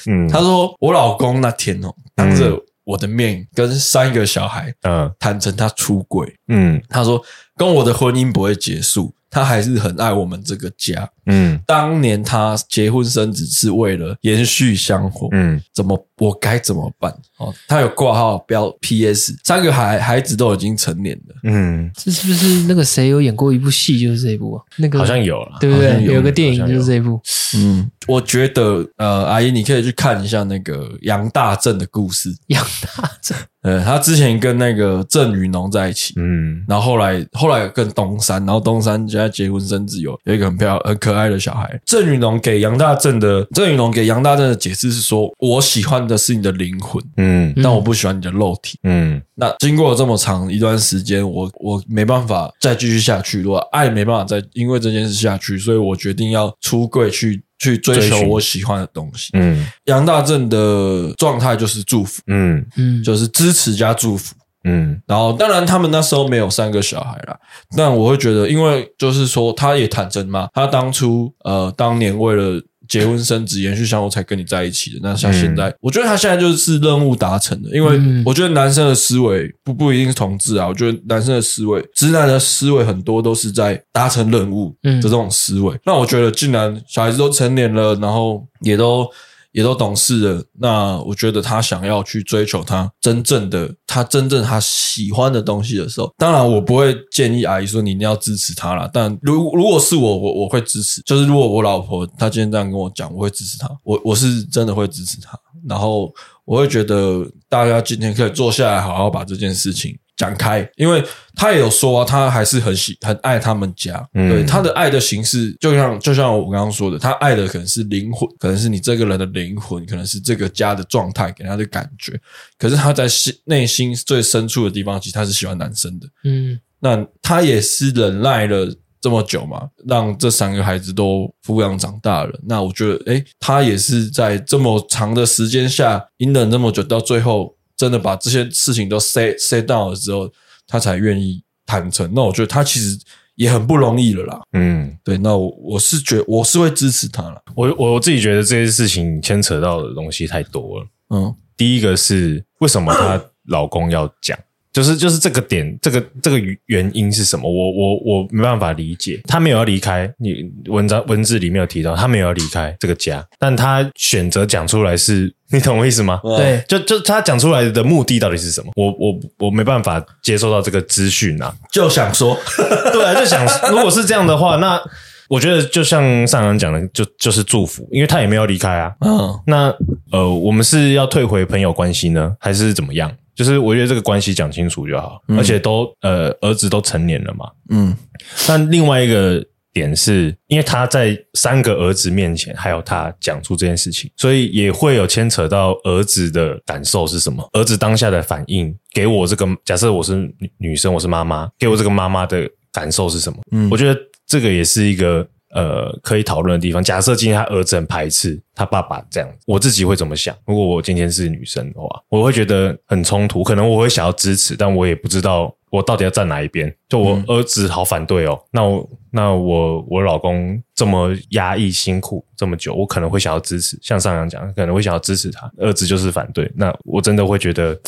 S1: 嗯
S2: 他说：“我老公那天哦，当着我的面跟三个小孩
S1: 嗯
S2: 坦诚他出轨。
S1: 嗯
S2: 他说跟我的婚姻不会结束，他还是很爱我们这个家。
S1: 嗯
S2: 当年他结婚生子是为了延续香火。”
S1: 嗯
S2: 怎么我该怎么办？哦，他有挂号标 P.S. 三个孩孩子都已经成年了，
S1: 嗯，
S3: 这是不是那个谁有演过一部戏，就是这一部啊？那个
S1: 好像有了，
S3: 对不
S2: 好像
S3: 对？
S2: 有
S3: 有个电影就是这一部。
S2: 嗯，我觉得呃，阿姨你可以去看一下那个杨大正的故事。
S3: 养大这
S2: 呃，他之前跟那个郑雨农在一起，
S1: 嗯
S2: 然后后来后来有跟东山，然后东山现在结婚生子，有有一个很漂亮、很可爱的小孩。郑云龙给杨大正的郑云龙给杨大正的解释是说，我喜欢的是你的灵魂，
S1: 嗯
S2: 但我不喜欢你的肉体。
S1: 嗯
S2: 那经过这么长一段时间，我我没办法再继续下去，我爱没办法再因为这件事下去，所以我决定要出柜去去追求
S1: 追寻
S2: 我喜欢的东西。
S1: 嗯
S2: 杨大正的状态就是祝福，
S1: 嗯
S3: 嗯，
S2: 就是支持加祝福。
S1: 嗯
S2: 然后当然他们那时候没有三个小孩啦，但我会觉得，因为就是说他也坦诚嘛，他当初呃当年为了。结婚生子延续相我才跟你在一起的，那像现在，我觉得他现在就是任务达成了，因为
S3: 嗯
S2: 我觉得男生的思维不不一定是同志啊，我觉得男生的思维，直男的思维很多都是在达成任务
S3: 嗯
S2: 的这种思维。那我觉得，既然小孩子都成年了，然后也都也都懂事了，那我觉得他想要去追求他真正的他真正他喜欢的东西的时候，当然我不会建议阿姨说你一定要支持他啦。但如如果是我，我我会支持。就是如果我老婆她今天这样跟我讲，我会支持她，我我是真的会支持她。然后我会觉得大家今天可以坐下来，好好把这件事情讲开，因为他也有说啊，他还是很喜很爱他们家，
S1: 嗯
S2: 对他的爱的形式，就像就像我刚刚说的，他爱的可能是灵魂，可能是你这个人的灵魂，可能是这个家的状态给他的感觉，可是他在心内心最深处的地方，其实他是喜欢男生的，
S3: 嗯
S2: 那他也是忍耐了这么久嘛，让这三个孩子都抚养长大了。那我觉得，诶，他也是在这么长的时间下隐忍这么久，到最后真的把这些事情都 say say 到了之后，他才愿意坦诚。那我觉得他其实也很不容易了啦。
S1: 嗯，
S2: 对，那我我是觉我是会支持他了。
S1: 我我自己觉得这些事情牵扯到的东西太多了。
S2: 嗯
S1: 第一个是为什么她老公要讲， 就是就是这个点，这个这个原因是什么？我我我没办法理解。她没有要离开，你文章文字里面有提到，她没有要离开这个家，但她选择讲出来是，你懂我意思吗？
S3: 对，
S1: 就就她讲出来的目的到底是什么？我我我没办法接受到这个资讯啊！
S2: 就想说，
S1: 对啊，就想如果是这样的话，那我觉得就像上人讲的，就就是祝福，因为她也没有离开啊。
S2: 嗯
S1: 那呃，我们是要退回朋友关系呢，还是怎么样？就是我觉得这个关系讲清楚就好，而且都呃儿子都成年了嘛。
S2: 嗯
S1: 但另外一个点是，因为他在三个儿子面前，还有他讲出这件事情，所以也会有牵扯到儿子的感受是什么，儿子当下的反应，给我这个假设我是女女生，我是妈妈，给我这个妈妈的感受是什么？
S2: 嗯
S1: 我觉得这个也是一个呃可以讨论的地方。假设今天他儿子很排斥他爸爸这样，我自己会怎么想？如果我今天是女生的话，我会觉得很冲突，可能我会想要支持，但我也不知道我到底要站哪一边。就我
S2: 嗯
S1: 儿子好反对哦，那我那我我老公这么压抑辛苦这么久，我可能会想要支持，像上阳讲，可能会想要支持他。儿子就是反对，那我真的会觉得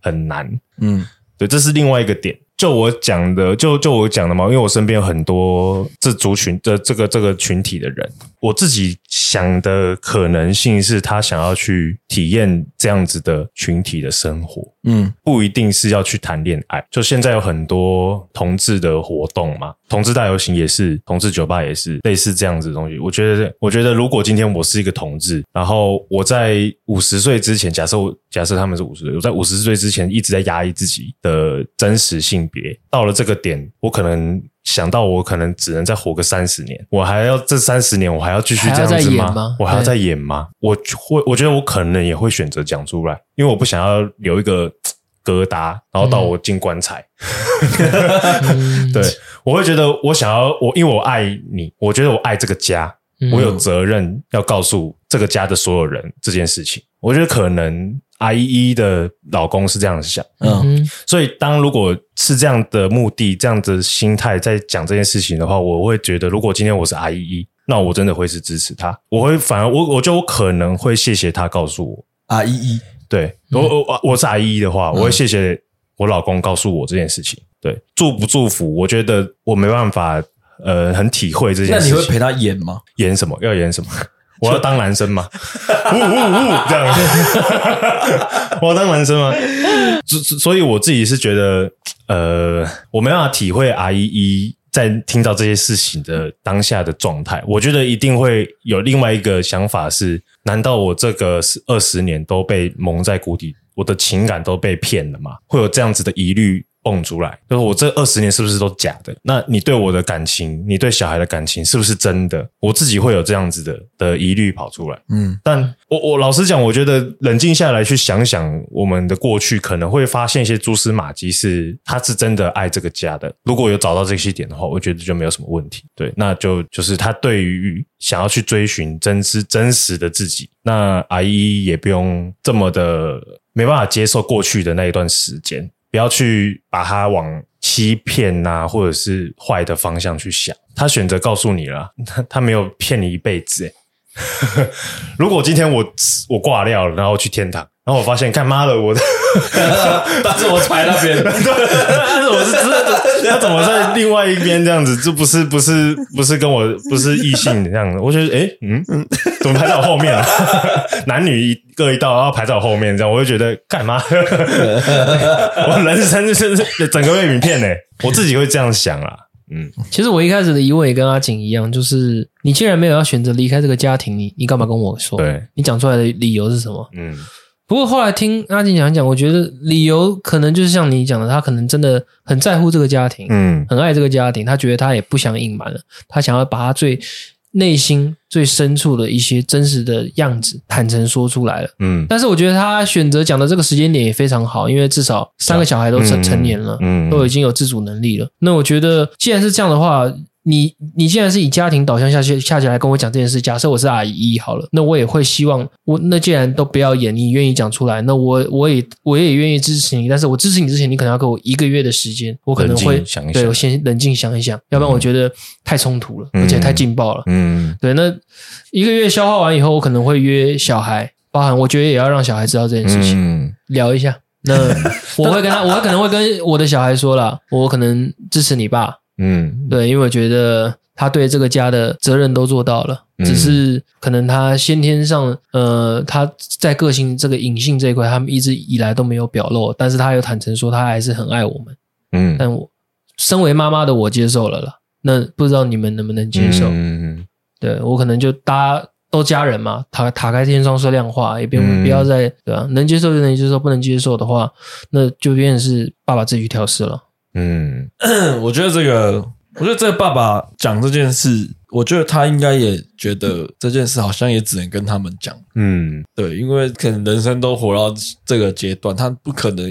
S1: 很难。
S2: 嗯
S1: 对，这是另外一个点。就我讲的，就就我讲的嘛，因为我身边有很多这族群的这个这个群体的人，我自己想的可能性是他想要去体验这样子的群体的生活，
S2: 嗯
S1: 不一定是要去谈恋爱。就现在有很多同志的活动嘛，同志大游行也是，同志酒吧也是，类似这样子的东西。我觉得，我觉得如果今天我是一个同志，然后我在五十岁之前，假设我假设他们是五十岁，我在五十岁之前一直在压抑自己的真实性别，到了这个点，我可能。想到我可能只能再活个三十年，我还要这三十年，我还要继续这样
S3: 还要
S1: 子
S3: 再演
S1: 吗？
S3: 吗
S1: 我还要
S3: 对
S1: 再演吗？我会，我觉得我可能也会选择讲出来，因为我不想要留一个疙瘩，然后到我进棺材。
S3: 嗯
S1: 对，我会觉得我想要我，因为我爱你，我觉得我爱这个家，
S3: 嗯
S1: 我有责任要告诉这个家的所有人这件事情。我觉得可能 I E 的老公是这样想，
S2: 嗯
S3: 嗯
S1: 所以，当如果是这样的目的、这样的心态在讲这件事情的话，我会觉得，如果今天我是 I E E，那我真的会是支持他，我会反而我我觉得我可能会谢谢他告诉我，
S2: 啊一一
S1: 对
S2: 嗯
S1: 我我我是 I E 的话，我会谢谢我老公告诉我这件事情。对，祝不祝福，我觉得我没办法，呃，很体会这件
S2: 那
S1: 事
S2: 你
S1: 情。
S2: 会陪他演吗？
S1: 演什么？要演 什么？我要当男生吗？呜呜呜，这 样， 我要当男生吗？所所所以我自己是觉得，呃，我没办法体会 R E E 在听到这些事情的当下的状态。我觉得一定会有另外一个想法是：难道我这个二十年都被蒙在鼓底，我的情感都被骗了吗？会有这样子的疑虑蹦出来，就是我这二十年是不是都假的？那你对我的感情，你对小孩的感情是不是真的？我自己会有这样子的的疑虑跑出来。
S2: 嗯
S1: 但我我老实讲，我觉得冷静下来去想想我们的过去，可能会发现一些蛛丝马迹，是他是真的爱这个家的。如果有找到这些点的话，我觉得就没有什么问题。对，那就就是他对于想要去追寻真实真实的自己，那阿姨也不用这么的没办法接受过去的那一段时间。不要去把它往欺骗呐、或者是坏的方向去想。他选择告诉你了，他他没有骗你一辈子、欸。如果今天我我挂掉了，然后去天堂，然后我发现，干妈的，我 的
S2: 但是我踩那边，
S1: 但是我是真的，他怎么在另外一边这样子？这不是不是不是跟我不是异性这样子？我觉得，诶，嗯，怎么排在我后面了、 男女一各一道，然后排在我后面这样，我就觉得干嘛？ 我人生就是整个被影片呢、我自己会这样想啦。嗯，
S3: 其实我一开始的疑问也跟阿景一样，就是你既然没有要选择离开这个家庭，你你干嘛跟我说？
S1: 对，
S3: 你讲出来的理由是什么？
S1: 嗯，
S3: 不过后来听阿景讲一讲，我觉得理由可能就是像你讲的，他可能真的很在乎这个家庭，
S1: 嗯，
S3: 很爱这个家庭，他觉得他也不想隐瞒了，他想要把他最内心最深处的一些真实的样子坦诚说出来了。
S1: 嗯，
S3: 但是我觉得他选择讲的这个时间点也非常好，因为至少三个小孩都成
S1: 嗯
S3: 成年了，
S1: 嗯
S3: 都已经有自主能力了。那我觉得，既然是这样的话，你你既然是以家庭导向下去下起来跟我讲这件事，假设我是阿姨好了，那我也会希望我那既然都不要演，你愿意讲出来，那我我也我也愿意支持你。但是我支持你之前，你可能要给我一个月的时间，我可能会
S1: 冷静想一想
S3: 对我先冷静想一想，要不然我觉得太冲突了，而且太劲爆了。
S1: 嗯，
S3: 对，那一个月消化完以后，我可能会约小孩，包含我觉得也要让小孩知道这件事情，
S1: 嗯，
S3: 聊一下。那我会跟他，我可能会跟我的小孩说了，我可能支持你爸，
S1: 嗯，
S3: 对，因为我觉得他对这个家的责任都做到了，
S1: 嗯
S3: 只是可能他先天上，呃，他在个性这个隐性这一块，他们一直以来都没有表露，但是他有坦诚说他还是很爱我们，
S1: 嗯，
S3: 但我身为妈妈的我接受了啦，那不知道你们能不能接受？
S1: 嗯，
S3: 对我可能就大家都家人嘛，塔塔开天窗说亮话，也不用、
S1: 嗯
S3: 不要再对吧、能接受就能接受，不能接受的话，那就变成是爸爸自己去调试了。
S1: 嗯，
S2: 我觉得这个，我觉得这个爸爸讲这件事，我觉得他应该也觉得这件事好像也只能跟他们讲，
S1: 嗯，
S2: 对，因为可能人生都活到这个阶段，他不可能，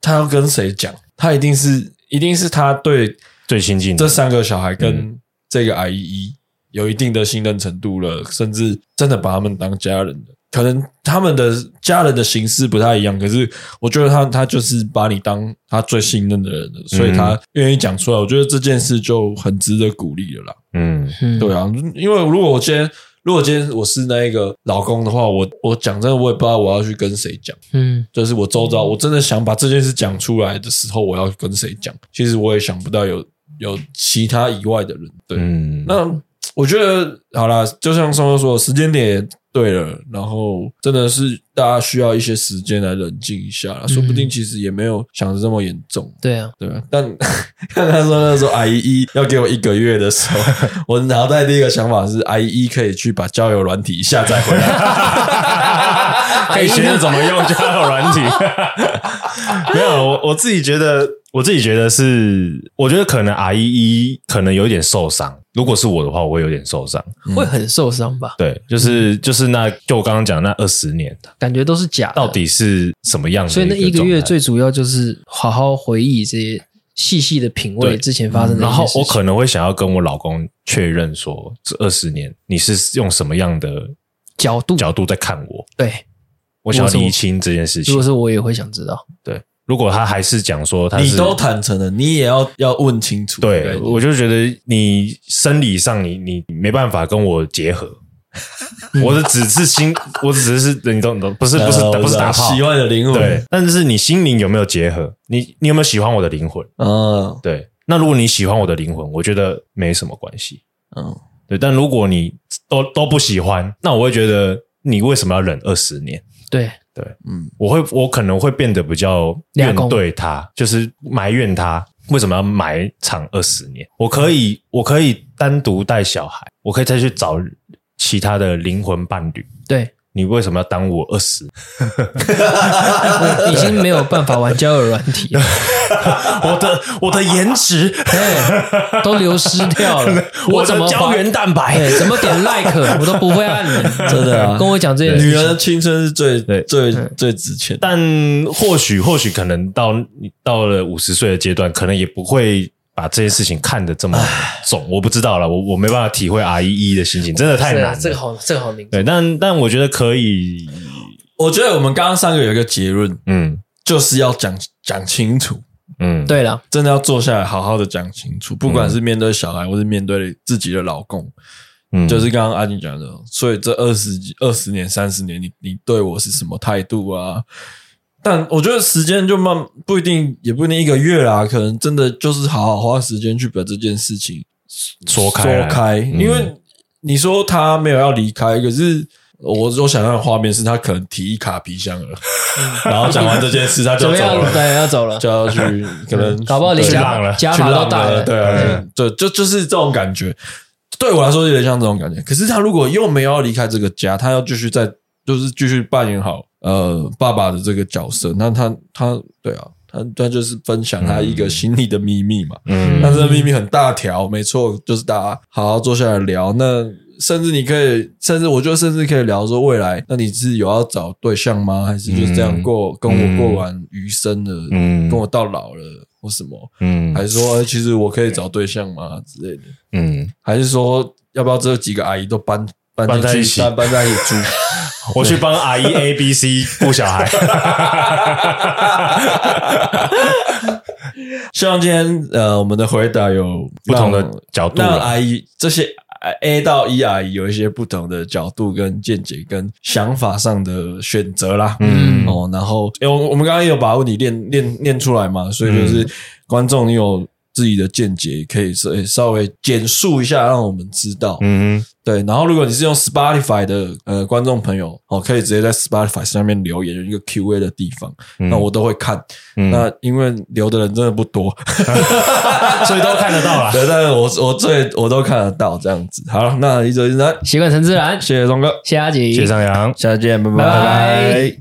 S2: 他要跟谁讲？他一定是，一定是他对
S1: 最亲近的
S2: 这，三个小孩跟这个阿姨有一定的信任程度了，甚至真的把他们当家人了。可能他们的家人的形式不太一样，可是我觉得他他就是把你当他最信任的人了，所以他愿意讲出来。我觉得这件事就很值得鼓励了啦。
S1: 嗯，
S3: 嗯，
S2: 对啊，因为如果我今天如果今天我是那一个老公的话，我我讲真的，我也不知道我要去跟谁讲。
S3: 嗯
S2: 就是我周遭，我真的想把这件事讲出来的时候，我要跟谁讲？其实我也想不到有有其他以外的人。对，
S1: 嗯，
S2: 那我觉得好啦，就像松松说，时间点也对了，然后真的是大家需要一些时间来冷静一下啦，说不定其实也没有想的这么严重。
S3: 对啊，
S2: 对啊，但 看他说那时候 I 一要给我一个月的时候，我脑袋第一个想法是 I 一可以去把交友软体下载回来。
S1: 可以学着怎么用交友软 体。没有，我我自己觉得，我自己觉得是，我觉得可能 R 一一可能有一点受伤。如果是我的话，我会有点受伤。
S3: 会很受伤吧？
S1: 对，就是、就是那就我刚刚讲的那二十年，
S3: 感觉都是嗯假的，
S1: 到底是什么样的
S3: 所以那
S1: 一
S3: 一
S1: 个
S3: 个
S1: 状态
S3: 月最主要就是好好回忆这些，细细的品味
S1: 对嗯
S3: 之前发生的一些事情。
S1: 然后我可能会想要跟我老公确认说，这二十年你是用什么样的
S3: 角度
S1: 角度在看我？
S3: 对，
S1: 我想要
S3: 我是
S1: 厘清这件事
S3: 如
S1: 情
S3: 果。是我也会想知道。
S1: 对，如果他还是讲说他是
S2: 你都坦诚了，你也要要问清楚。
S1: 对，我就觉得你生理上你你没办法跟我结合，我的只是心，我只是你懂你懂，不是不是
S2: 呃
S1: 不是打炮
S2: 喜，欢的灵魂。
S1: 对，，但是你心灵有没有结合？你你有没有喜欢我的灵魂？
S2: 嗯
S1: 对，那如果你喜欢我的灵魂，我觉得没什么关系。
S2: 嗯，
S1: 对，但如果你都都不喜欢，那我会觉得你为什么要忍二十年？
S3: 对，
S1: 对，
S2: 嗯
S1: 嗯，我会我可能会变得比较
S3: 俩
S1: 怨
S3: 公
S1: 对他，就是埋怨他为什么要埋藏二十年。我可以，我可以单独带小孩，我可以再去找其他的灵魂伴侣。
S3: 对，
S1: 你为什么要耽误我二十？
S3: 我已经没有办法玩交友软体了，
S1: 我的我的颜值，。
S3: 对，都流失掉了我
S1: 我
S3: 怎
S1: 的
S3: 么
S1: 胶
S3: 滑
S1: 原蛋白，
S3: 哎，怎么点 like 我都不会按的，
S2: 真的啊
S3: 跟我讲这件事
S2: 女
S3: 情
S2: 人的青春是最
S1: 对
S2: 最最值钱的。
S1: 但或许或许可能到你到了五十岁的阶段，可能也不会。把这些事情看得这么重，我不知道了，我我没办法体会 R E E 的心情，真的太
S3: 是
S1: 难
S3: 啊
S1: 了。，
S3: 这个好，这个好明。
S1: 对，但但我觉得可以，
S2: 我觉得我们刚刚三个有一个结论，
S1: 嗯，
S2: 就是要讲讲清楚，
S1: 嗯，
S3: 对了，
S2: 真的要坐下来好好的讲清楚，不管是面对小孩，或是面对自己的老公，
S1: 嗯，
S2: 就是刚刚阿金讲的，所以这二十几、二十年、三十年，你你对我是什么态度啊？但我觉得时间就慢，不一定，也不一定一个月啦，可能真的就是好好花时间去把这件事情
S1: 说开来嗯
S2: 说开，因为你说他没有要离开，可是。我我想象的画面是他可能提一卡皮箱了，然后讲完这件事他
S3: 嗯怎
S2: 就
S3: 么
S2: 走
S3: 样？
S2: 了，
S3: 对，要走了，
S2: 就要 去可能
S3: 搞不好连
S2: 对
S1: 浪
S3: 假
S1: 了
S3: 假
S2: 去
S3: 发
S2: 浪
S3: 都戴
S2: 了，
S3: 了，嗯
S2: 对啊，对，就就是这种感觉。对我来说有点像这种感觉。可是他如果又没有要离开这个家，他要继续在，就是继续扮演好呃爸爸的这个角色，那他他对啊，他他就是分享他一个
S3: 嗯
S2: 心里的秘密嘛。
S1: 嗯
S2: 那这个秘密很大条，没错，就是大家好好坐下来聊。那甚至你可以，甚至我觉得甚至可以聊说未来，那你是有要找对象吗？还是就是这样过、跟我过完余生了，
S1: 嗯
S2: 跟我到老了或什么？
S1: 嗯
S2: 还是说，呃其实我可以找对象吗之类的？
S1: 嗯，
S2: 还是说，要不要这几个阿姨都搬搬
S1: 搬在
S2: 进
S1: 一
S2: 去
S1: 起
S2: 搬搬在一起 住？
S1: 我去帮阿姨 A B C 顾小孩，
S2: 希望今天呃，我们的回答有
S1: 不同的
S2: 让
S1: 角度
S2: 让
S1: 啦，
S2: 阿姨这些 A 到 E 阿姨有一些不同的角度跟见解跟想法上的选择啦。
S1: 嗯
S2: 哦，然后因为我我们刚刚也有把问题练练练出来嘛，所以就是
S1: 嗯
S2: 观众你有自己的见解，也可以稍稍微简述一下，让我们知道。
S1: 嗯
S2: 对，然后如果你是用 Spotify 的呃观众朋友哦，可以直接在 Spotify 上面留言，有一个 Q&A 的地方，
S1: 嗯
S2: 那我都会看。
S1: 嗯
S2: 那因为留的人真的不多，
S1: 所以都看得到啦。
S2: 对，但是我我最我都看得到这样子。好了，那一周一周，
S3: 习惯成自然。
S2: 谢谢钟哥，
S3: 下集，
S1: 谢谢张扬。
S2: 下次见，拜
S3: 拜拜
S2: 拜